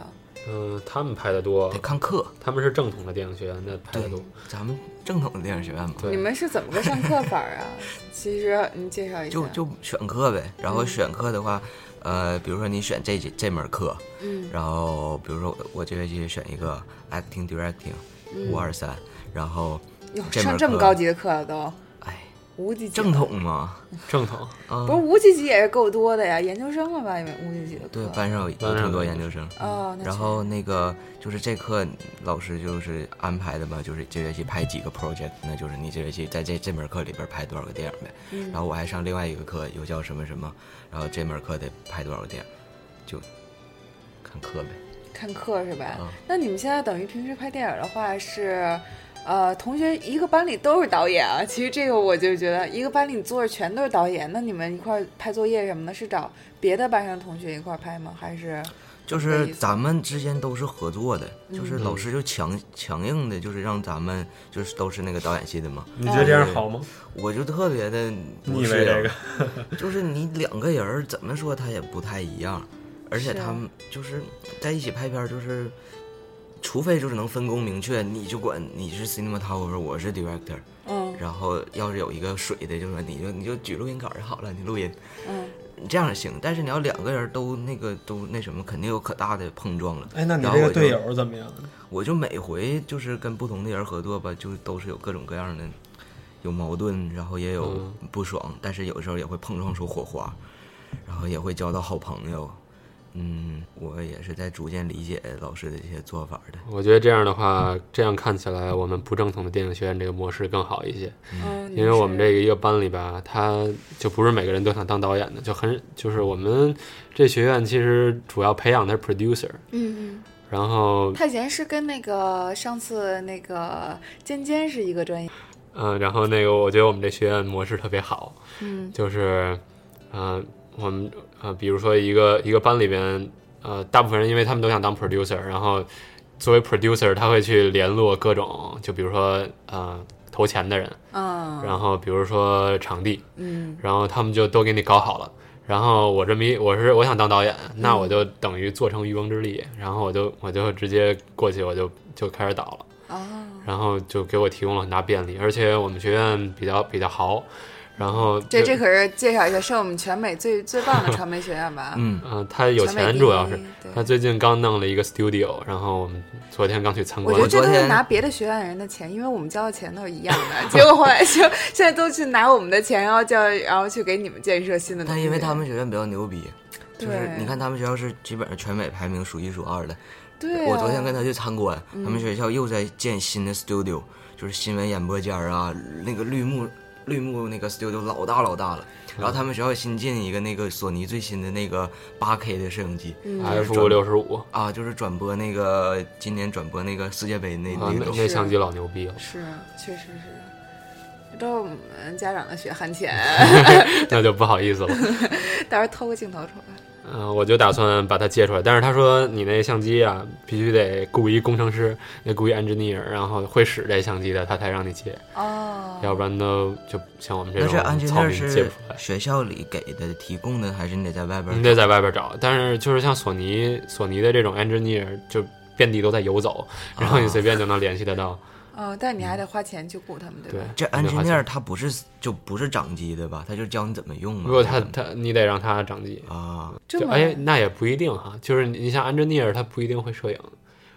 Speaker 6: 嗯、他们拍的多
Speaker 5: 得，看课。
Speaker 6: 他们是正统的电影学院的拍
Speaker 5: 对
Speaker 6: 的多。，
Speaker 5: 咱们正统的电影学院嘛，
Speaker 6: 对
Speaker 4: 你们是怎么个上课法儿啊？ 其实你介绍一下，
Speaker 5: 就就选课呗。然后选课的话，呃，比如说你选这节这门课，嗯，然后比如说我我这学期选一个 acting directing 五二三，然后
Speaker 4: 哟
Speaker 5: 这门
Speaker 4: 上这么
Speaker 5: 课
Speaker 4: 高级的课啊都
Speaker 5: 哎，
Speaker 4: 无几级
Speaker 5: 正统嘛，
Speaker 6: 正统，
Speaker 5: 啊
Speaker 4: 不，是无几级也是够多的呀，研究生了吧？因为无几级的课
Speaker 5: 对，班上有有
Speaker 6: 班上
Speaker 5: 挺多
Speaker 6: 有
Speaker 5: 研究生。
Speaker 4: 哦，那
Speaker 5: 然
Speaker 4: 确
Speaker 5: 后那个就是这课老师就是安排的嘛，就是这学期拍几个 project，那就是你这学期在这这门课里边拍多少个电影呗。
Speaker 4: 嗯
Speaker 5: 然后我还上另外一个课，又叫什么什么，然后这门课得拍多少个电影，就看课呗。
Speaker 4: 看课是吧
Speaker 5: 啊？
Speaker 4: 那你们现在等于平时拍电影的话是，呃，同学一个班里都是导演啊。其实这个我就觉得，一个班里坐着全都是导演，那你们一块儿拍作业什么的，是找别的班上同学一块儿拍吗？还是
Speaker 5: 就
Speaker 4: 那
Speaker 5: 是
Speaker 4: 意思嗯
Speaker 5: 咱们之间都是合作的，就是老师就强强硬的，就是让咱们就是都是那个导演系的嘛。
Speaker 1: 你觉得这样好吗？
Speaker 5: 我就特别的不
Speaker 1: 腻
Speaker 5: 适
Speaker 1: 味这
Speaker 5: 应
Speaker 1: 个，，
Speaker 5: 就是你两个人儿怎么说他也不太一样，而且
Speaker 4: 是
Speaker 5: 他们就是在一起拍片，儿，就是除非就是能分工明确，你就管你是 cinematographer，我是 director，
Speaker 4: 嗯
Speaker 5: 然后要是有一个水的，就说你就你就举录音杆儿就好了，你录音
Speaker 4: 嗯，
Speaker 5: 这样行。但是你要两个人都那个都那什么，肯定有可大的碰撞了。
Speaker 1: 哎，那你
Speaker 5: 然
Speaker 1: 这
Speaker 5: 后我
Speaker 1: 个
Speaker 5: 就
Speaker 1: 队，友怎么样？
Speaker 5: 我就每回就是跟不同的人合作吧，就都是有各种各样的。有矛盾，然后也有
Speaker 6: 嗯
Speaker 5: 不爽，但是有时候也会碰撞出火花，然后也会交到好朋友。嗯，我也是在逐渐理解老师的一些做法的。
Speaker 6: 我觉得这样的话，这样看起来我们不正统的电影学院这个模式更好一些。
Speaker 4: 嗯，
Speaker 6: 因为我们这
Speaker 4: 个
Speaker 6: 个一个班里吧，他就不是每个人都想当导演的，就很就是我们这学院其实主要培养的是 producer，
Speaker 4: 嗯嗯，
Speaker 6: 然后
Speaker 4: 太贤是跟那个上次那个尖尖是一个专业，
Speaker 6: 嗯、然后那个我觉得我们这学院模式特别好，
Speaker 4: 嗯
Speaker 6: 就是嗯、呃我们呃比如说一个一个班里边呃大部分人因为他们都想当 producer，然后作为 producer 他会去联络各种就比如说呃投钱的人，
Speaker 4: 嗯
Speaker 6: 然后比如说场地，
Speaker 4: 嗯，
Speaker 6: 然后他们就都给你搞好了。然后我这么一，我是我想当导演，那
Speaker 4: 嗯
Speaker 6: 我就等于做成渔翁之利，然后我就我就直接过去，我就就开始导了，
Speaker 4: 哦
Speaker 6: 然后就给我提供了很大便利，而且我们学院比较比较豪，然后
Speaker 4: 这
Speaker 6: 就
Speaker 4: 这可是介绍一下，是我们全美最最棒的传媒学院吧？
Speaker 5: 嗯，
Speaker 6: 嗯、他有
Speaker 4: 全美
Speaker 6: 钱
Speaker 4: 第
Speaker 6: 主要是
Speaker 4: 一对
Speaker 6: 他最近刚弄了一个 studio，然后我们昨天刚去参
Speaker 4: 我
Speaker 6: 观
Speaker 4: 觉得这都
Speaker 6: 了。
Speaker 5: 昨
Speaker 4: 是
Speaker 5: 天
Speaker 4: 拿别的学院人的钱，因为我们交的钱都是一样 的，结果后来就现在都去拿我们的钱，然后叫然后去给你们建设新的东
Speaker 5: 但
Speaker 4: 西。
Speaker 5: 因为他们学院比较牛逼，就是
Speaker 4: 对
Speaker 5: 你看他们学校是基本上全美排名数一数二的。
Speaker 4: 对、啊，嗯
Speaker 5: 我昨天跟他去参观，他们学校又在建新的 studio，就是新闻演播间儿啊，那个绿幕绿幕那个 studio 老大老大了。
Speaker 4: 嗯
Speaker 5: 然后他们学校新进一个那个索尼最新的那个八 K 的摄影机，
Speaker 4: 嗯
Speaker 5: 就是转
Speaker 6: F 六十五
Speaker 5: 啊，就是转播那个今年转播那个世界杯那
Speaker 6: 啊，
Speaker 5: 那
Speaker 6: 那
Speaker 5: 种。
Speaker 6: 那相机老牛逼了。
Speaker 4: 是啊确实是，都是我们家长的血汗钱，
Speaker 6: 那就不好意思了。
Speaker 4: 到时候偷个镜头出来。
Speaker 6: 嗯、我就打算把它借出来，但是他说你那相机啊，必须得雇一工程师，得雇一 engineer，然后会使这相机的，他才让你借，
Speaker 4: 哦，
Speaker 6: 要不然都就像我们这
Speaker 5: 那
Speaker 6: 种
Speaker 5: 这安全
Speaker 6: 草
Speaker 5: 链
Speaker 6: 民借
Speaker 5: 是
Speaker 6: 不出来。
Speaker 5: 学校里给的提供的，还是你得在外边
Speaker 6: 你
Speaker 5: 儿？
Speaker 6: 得在外边找，但是就是像索尼，索尼的这种 engineer 就遍地都在游走，
Speaker 5: 啊
Speaker 6: 然后你随便就能联系得到。
Speaker 4: 哦，但你还得花钱去雇他们，对吧？
Speaker 6: 对，
Speaker 5: 这安
Speaker 6: 没花
Speaker 5: 全
Speaker 6: 钱
Speaker 5: 链它不是就不是掌机的吧？它就教你怎么用嘛。
Speaker 6: 如果他他你得让他掌机，
Speaker 5: 啊，
Speaker 4: 这
Speaker 6: 就
Speaker 4: 么
Speaker 6: 哎，那也不一定哈。就是你你像 engineer，他不一定会摄影。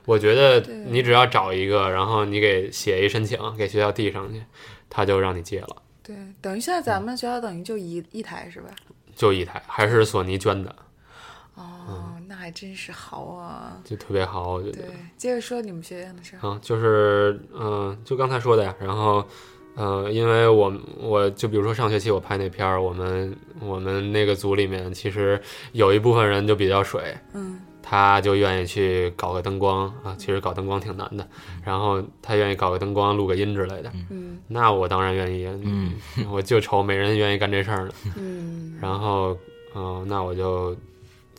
Speaker 6: 我觉得你只要找一个，然后你给写一申请，给学校递上去，他就让你借了，
Speaker 4: 对，等于现在咱们学校等于就一一台是吧？
Speaker 6: 就一台，还是索尼捐的，
Speaker 4: 哦，
Speaker 5: 嗯
Speaker 4: 那还真是好啊。
Speaker 6: 就特别好，我觉得
Speaker 4: 对。，接着说你们学院的事儿。
Speaker 6: 啊，就是嗯、呃就刚才说的呀。然后，呃，因为我我就比如说上学期我拍那片儿，我们我们那个组里面其实有一部分人就比较水，
Speaker 4: 嗯，
Speaker 6: 他就愿意去搞个灯光啊，其实搞灯光挺难的，然后他愿意搞个灯光、录个音之类的。
Speaker 4: 嗯，
Speaker 6: 那我当然愿意，嗯，我就愁没人愿意干这事儿呢。
Speaker 4: 嗯，
Speaker 6: 然后，嗯、那我就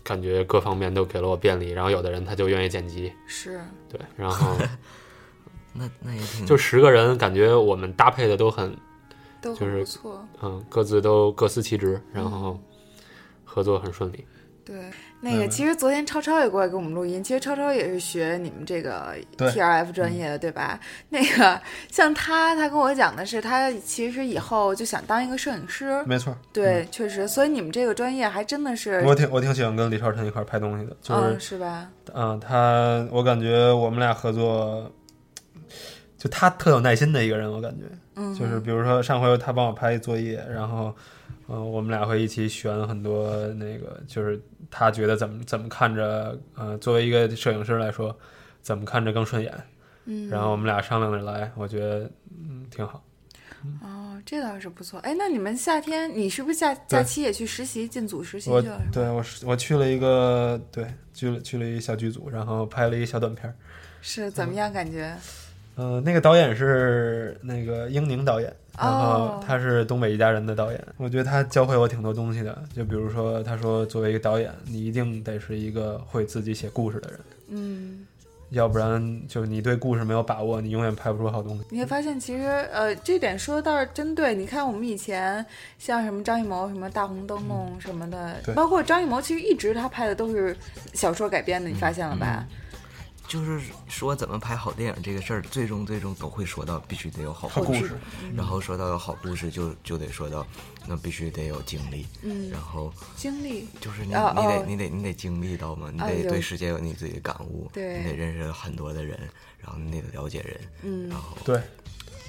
Speaker 6: 感觉各方面都给了我便利，然后有的人他就愿意剪辑，
Speaker 4: 是，
Speaker 6: 对，然后。
Speaker 5: 那那也挺
Speaker 6: 就十个人，感觉我们搭配的都很，
Speaker 4: 都
Speaker 6: 就
Speaker 4: 很不
Speaker 6: 是
Speaker 4: 错。
Speaker 6: 嗯，各自都各司其职，
Speaker 5: 嗯
Speaker 6: 然后合作很顺利。
Speaker 4: 对，那个其实昨天超超也过来给我们录音，其实超超也是学你们这个 T R F
Speaker 1: 嗯
Speaker 4: 专业的，对吧？那个像他，他跟我讲的是，他其实以后就想当一个摄影师，
Speaker 1: 没错，
Speaker 4: 对，确实，所以你们这个专业还真的是，
Speaker 1: 嗯我挺我挺喜欢跟李超晨一块儿拍东西的，就是
Speaker 4: 嗯，是吧？
Speaker 1: 嗯，他我感觉我们俩合作，就他特有耐心的一个人，我感觉，嗯，就是比如说上回他帮我拍作业，然后，嗯、我们俩会一起选很多那个，就是他觉得怎么怎么看着，呃，作为一个摄影师来说，怎么看着更顺眼，嗯，然后我们俩商量着来，我觉得嗯挺好。
Speaker 4: 哦，这倒是不错。哎，那你们夏天，你是不是假假期也去实习，进组实习
Speaker 1: 我
Speaker 4: 去了？
Speaker 1: 对我是我去了一个对去了去了一小剧组，然后拍了一小短片儿，
Speaker 4: 是怎么样感觉？
Speaker 1: 呃，那个导演是那个英宁导演，然后
Speaker 4: 哦
Speaker 1: 他是《东北一家人》的导演。我觉得他教会我挺多东西的，就比如说，他说作为一个导演，你一定得是一个会自己写故事的人，
Speaker 4: 嗯，
Speaker 1: 要不然就你对故事没有把握，你永远拍不出好东西。
Speaker 4: 你会发现，其实呃，这点说的倒是真对。你看，我们以前像什么张艺谋、什么大红灯笼什么的，
Speaker 1: 嗯对
Speaker 4: 包括张艺谋，其实一直他拍的都是小说改编的，你发现了吧？
Speaker 1: 嗯
Speaker 5: 就是说怎么拍好电影这个事儿，最终最终都会说到必须得有好
Speaker 1: 好
Speaker 5: 故
Speaker 1: 故
Speaker 5: 事
Speaker 1: 事，
Speaker 4: 嗯
Speaker 5: 然后说到有好故事就就得说到那必须得有经历，
Speaker 4: 嗯
Speaker 5: 然后
Speaker 4: 经历，
Speaker 5: 就是你、
Speaker 4: 哦
Speaker 5: 你
Speaker 4: 哦
Speaker 5: 得你得你得经历到嘛，你
Speaker 4: 啊
Speaker 5: 得
Speaker 4: 有
Speaker 5: 对世界有你自己的感悟，
Speaker 4: 对
Speaker 5: 你得认识很多的人，然后你得了解人，
Speaker 4: 嗯
Speaker 5: 然后
Speaker 1: 对，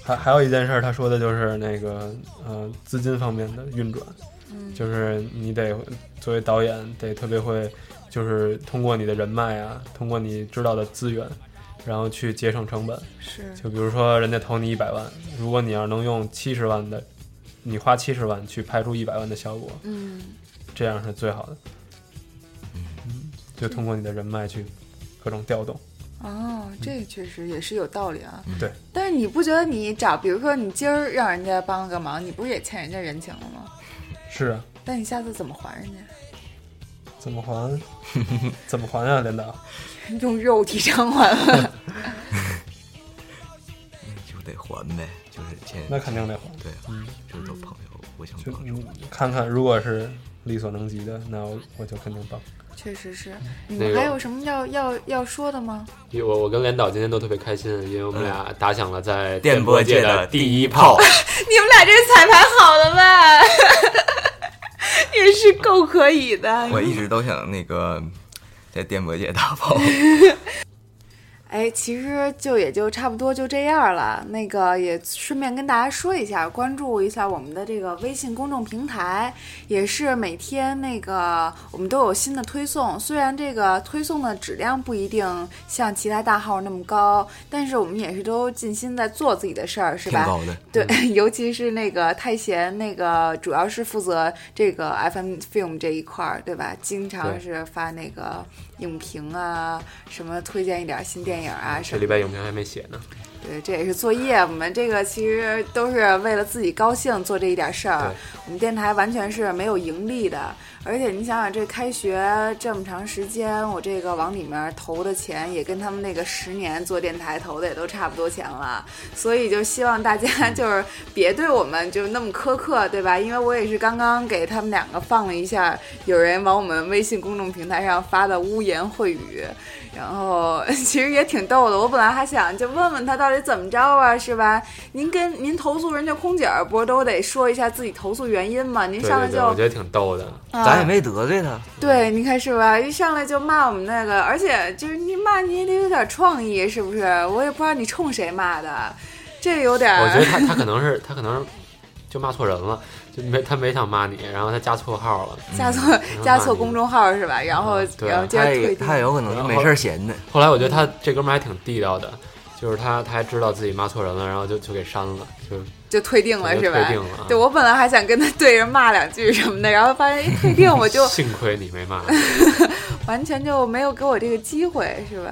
Speaker 1: 还还有一件事，他说的就是那个呃资金方面的运转，
Speaker 4: 嗯
Speaker 1: 就是你得作为导演得特别会，就是通过你的人脉啊，通过你知道的资源，然后去节省成本。
Speaker 4: 是
Speaker 1: 就比如说人家投你一百万，如果你要能用七十万的，你花七十万去拍出一百万的效果，
Speaker 4: 嗯，
Speaker 1: 这样是最好的。嗯就通过你的人脉去各种调动。
Speaker 4: 哦，这确实也是有道理啊。
Speaker 1: 嗯对，
Speaker 4: 但是你不觉得你找，比如说你今儿让人家帮了个忙，你不是也欠人家人情了吗？
Speaker 1: 是啊，
Speaker 4: 但你下次怎么还人家？
Speaker 1: 怎么还？怎么还啊，连导？
Speaker 4: 用肉体偿还吗？
Speaker 5: 就得还呗，就是欠
Speaker 1: 那肯定得还。
Speaker 5: 对啊，
Speaker 4: 嗯
Speaker 5: 就是都朋友互相
Speaker 1: 就
Speaker 5: 帮助。
Speaker 1: 嗯看看，如果是力所能及的，那我我就肯定帮。
Speaker 4: 确实是。你
Speaker 6: 那
Speaker 4: 们
Speaker 6: 个
Speaker 4: 还有什么要要要说的吗？
Speaker 6: 因为我我跟连导今天都特别开心，因为我们俩打响了在
Speaker 5: 嗯电波
Speaker 6: 波
Speaker 5: 界
Speaker 6: 的
Speaker 5: 的
Speaker 6: 第
Speaker 5: 第
Speaker 6: 一
Speaker 5: 一
Speaker 6: 炮
Speaker 5: 炮。
Speaker 4: 你们俩这彩排好了吧？ 也是够可以的。
Speaker 5: 我一直都想那个在电波界打炮。
Speaker 4: 哎，其实就也就差不多就这样了。那个也顺便跟大家说一下，关注一下我们的这个微信公众平台，也是每天那个我们都有新的推送。虽然这个推送的质量不一定像其他大号那么高，但是我们也是都尽心在做自己的事儿，是吧？
Speaker 5: 挺高的
Speaker 4: 对，
Speaker 6: 嗯
Speaker 4: 尤其是那个太贤，那个主要是负责这个 FM film 这一块儿，对吧？经常
Speaker 6: 对
Speaker 4: 是发那个影评啊，什么推荐一点新电影啊什
Speaker 6: 嗯这
Speaker 4: 么
Speaker 6: 礼拜影评还没写呢，
Speaker 4: 对，这也是作业。我们这个其实都是为了自己高兴做这一点事儿
Speaker 6: 对。
Speaker 4: 我们电台完全是没有盈利的，而且你想想，这开学这么长时间，我这个往里面投的钱也跟他们那个十年做电台投的也都差不多钱了。所以就希望大家
Speaker 6: 嗯
Speaker 4: 就是别对我们就那么苛刻，对吧？因为我也是刚刚给他们两个放了一下，有人往我们微信公众平台上发的污言秽语，然后 其实也挺逗的。我本来还想就问问他到底怎么着啊，是吧？您跟您投诉人家空姐儿不是都得说一下自己投诉原因吗？您
Speaker 6: 对
Speaker 4: 哎上来
Speaker 6: 对
Speaker 4: 就
Speaker 6: 对，我觉得挺逗的。
Speaker 4: 啊
Speaker 5: 咱也没得罪他，
Speaker 4: 对，你看是吧？一上来就骂我们那个，而且就是你骂你也得有点创意，是不是？我也不知道你冲谁骂的，这有点儿。
Speaker 6: 我觉得他他可能是他可能就骂错人了，就没他没想骂你，然后他加错号了。
Speaker 4: 加错加错公众号是吧？然后
Speaker 6: 嗯对
Speaker 4: 然后接
Speaker 5: 他
Speaker 4: 着
Speaker 5: 也
Speaker 4: 退订
Speaker 5: 他也有可能是没事儿闲的。
Speaker 6: 后来我觉得他这哥们儿还挺地道的，就是他他还知道自己骂错人了，然后就就给删了，就
Speaker 4: 就退订了
Speaker 6: 我就是
Speaker 4: 吧
Speaker 6: 退订了啊？
Speaker 4: 对我本来还想跟他对着骂两句什么的，然后发现一退订我 就
Speaker 6: 幸亏你没骂。
Speaker 4: 完全就没有给我这个机会是吧？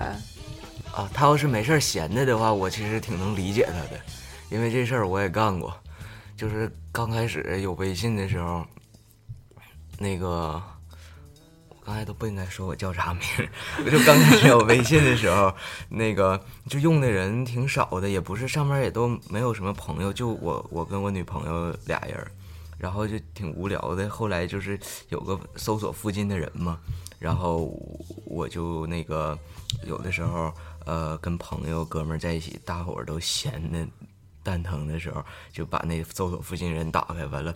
Speaker 5: 啊，他要是没事儿闲着的话，我其实挺能理解他的，因为这事儿我也干过，就是刚开始有微信的时候，那个我刚才都不应该说我叫啥名儿， 我就刚开始有微信的时候，那个就用的人挺少的，也不是上面也都没有什么朋友，就我我跟我女朋友俩人儿，然后就挺无聊的。后来就是有个搜索附近的人嘛，然后我就那个有的时候呃跟朋友哥们儿在一起，大伙儿都闲的蛋疼的时候，就把那搜索附近人打开，完了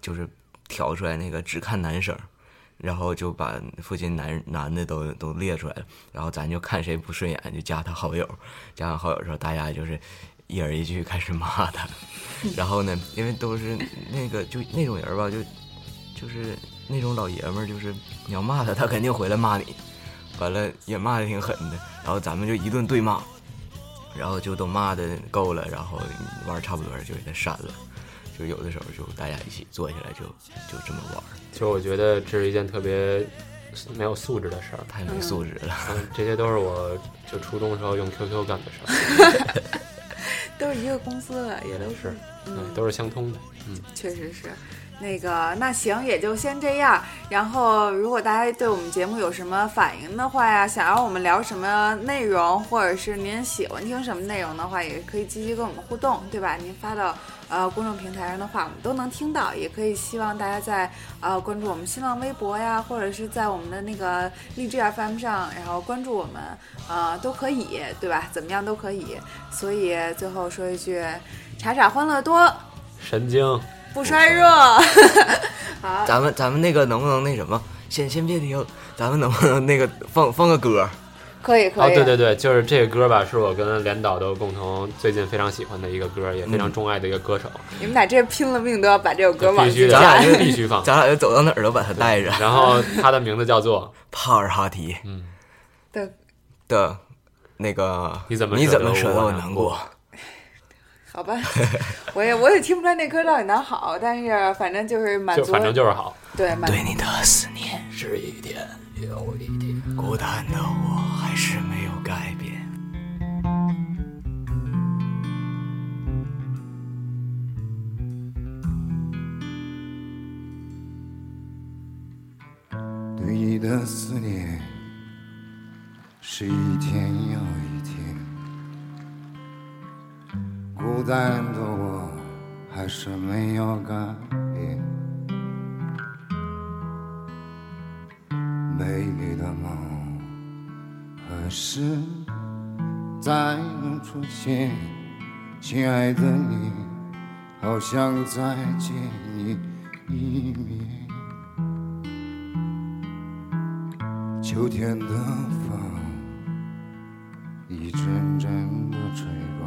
Speaker 5: 就是调出来那个只看男生。然后就把附近男男的都都列出来了，然后咱就看谁不顺眼就加他好友，加完好友之后大家就是一人一句开始骂他，然后呢，因为都是那个就那种人吧，就就是那种老爷们儿，就是你要骂他，他肯定回来骂你，完了也骂的挺狠的，然后咱们就一顿对骂，然后就都骂的够了，然后玩儿差不多就给他删了，就有的时候就大家一起坐下来就就这么玩儿，
Speaker 6: 就我觉得这是一件特别没有素质的事儿。
Speaker 5: 太没素质了。
Speaker 6: 嗯，这些都是我就初中的时候用 QQ 干的事儿，
Speaker 4: 都是一个公司的，也都
Speaker 6: 是，嗯，都是相通的。嗯，
Speaker 4: 确实是。那个，那行，也就先这样。然后，如果大家对我们节目有什么反应的话呀，想让我们聊什么内容，或者是您喜欢听什么内容的话，也可以积极跟我们互动，对吧？您发到呃公众平台上的话，我们都能听到。也可以希望大家在呃关注我们新浪微博呀，或者是在我们的那个荔枝 FM 上，然后关注我们，呃，都可以，对吧？怎么样都可以。所以最后说一句，傻傻欢乐多。
Speaker 6: 神经。
Speaker 4: 不衰弱。
Speaker 6: 啊
Speaker 5: 咱们咱们那个能不能那什么，先先别停，咱们能不能那个放放个歌儿？
Speaker 4: 可以可以，
Speaker 6: 哦，对对对，就是这个歌吧，是我跟连导都共同最近非常喜欢的一个歌，也非常钟爱的一个歌手，
Speaker 4: 你们俩这拼了命都要把这首嗯歌往
Speaker 6: 必须
Speaker 4: 进
Speaker 6: 的，
Speaker 5: 咱俩
Speaker 4: 加。
Speaker 5: 就
Speaker 6: 必须 放。
Speaker 5: 咱俩就走到哪儿都把他带着。
Speaker 6: 然后他的名字叫做
Speaker 5: 帕尔哈提
Speaker 4: 对，
Speaker 5: 的，那个
Speaker 6: 你怎么
Speaker 5: 你
Speaker 6: 舍
Speaker 5: 怎
Speaker 6: 得
Speaker 5: 么舍
Speaker 6: 我
Speaker 5: 得我
Speaker 6: 难
Speaker 5: 难
Speaker 6: 过
Speaker 5: 过？
Speaker 4: 好吧，我也我也听不出来那歌到底哪好，但是反正就是满
Speaker 6: 就
Speaker 4: 足，
Speaker 6: 反正就是好。
Speaker 4: 对满足
Speaker 5: 对你的思念是一点又一点，孤单的我还是没有改变。
Speaker 7: 对你的思念是一天又一天，孤单的我还是没有改变。美丽的梦何时才能出现？亲爱的你，好想再见你一面。秋天的风一阵阵的吹过，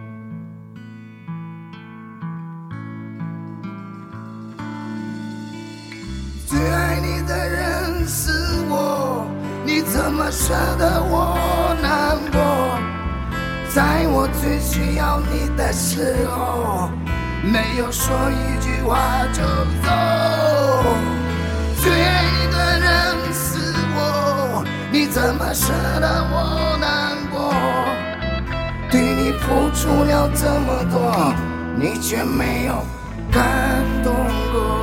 Speaker 7: 最爱你的人是我，你怎么舍得我难过？在我最需要你的时候，没有说一句话就走。最爱你的人是我，你怎么舍得我难过？对你付出了这么多，你却没有感动过。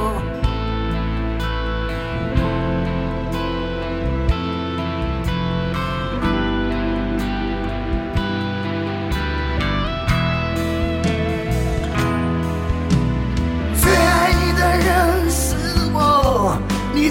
Speaker 7: 最爱你的人是我，你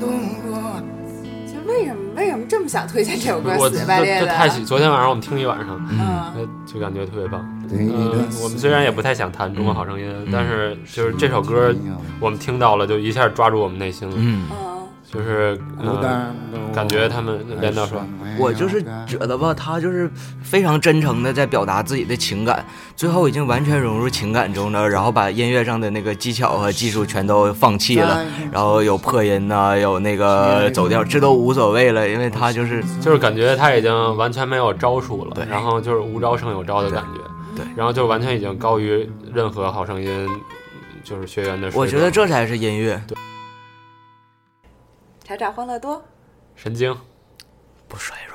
Speaker 7: 动过。
Speaker 4: 就为什么为什么这么想推荐这首歌
Speaker 6: 我
Speaker 4: 《死
Speaker 6: 这
Speaker 4: 乞白赖
Speaker 6: 这
Speaker 4: 的》？
Speaker 6: 太喜，昨天晚上我们听了一晚上，
Speaker 4: 嗯，
Speaker 6: 呃就感觉特别棒。
Speaker 7: 对你的
Speaker 6: 嗯，我们虽然也不太想谈《中国好声音》，但是就是这首歌，我们听到了就一下抓住我们内心了，
Speaker 5: 嗯，
Speaker 4: 嗯，
Speaker 6: 就是呃，感觉他们连到说，
Speaker 5: 我就是觉得吧，他就是非常真诚的在表达自己的情感，最后已经完全融入情感中了，然后把音乐上的那个技巧和技术全都放弃了，
Speaker 6: 嗯
Speaker 5: 然后有破音呐、有那个走调，这都无所谓了，因为他就是
Speaker 6: 就是感觉他已经完全没有招数了
Speaker 5: 对，
Speaker 6: 然后就是无招胜有招的感觉，
Speaker 5: 对
Speaker 6: 然后就完全已经高于任何好声音就是学员的水准。
Speaker 5: 我觉得这才是音乐，
Speaker 4: 查查欢乐多。
Speaker 6: 神经
Speaker 5: 不衰弱。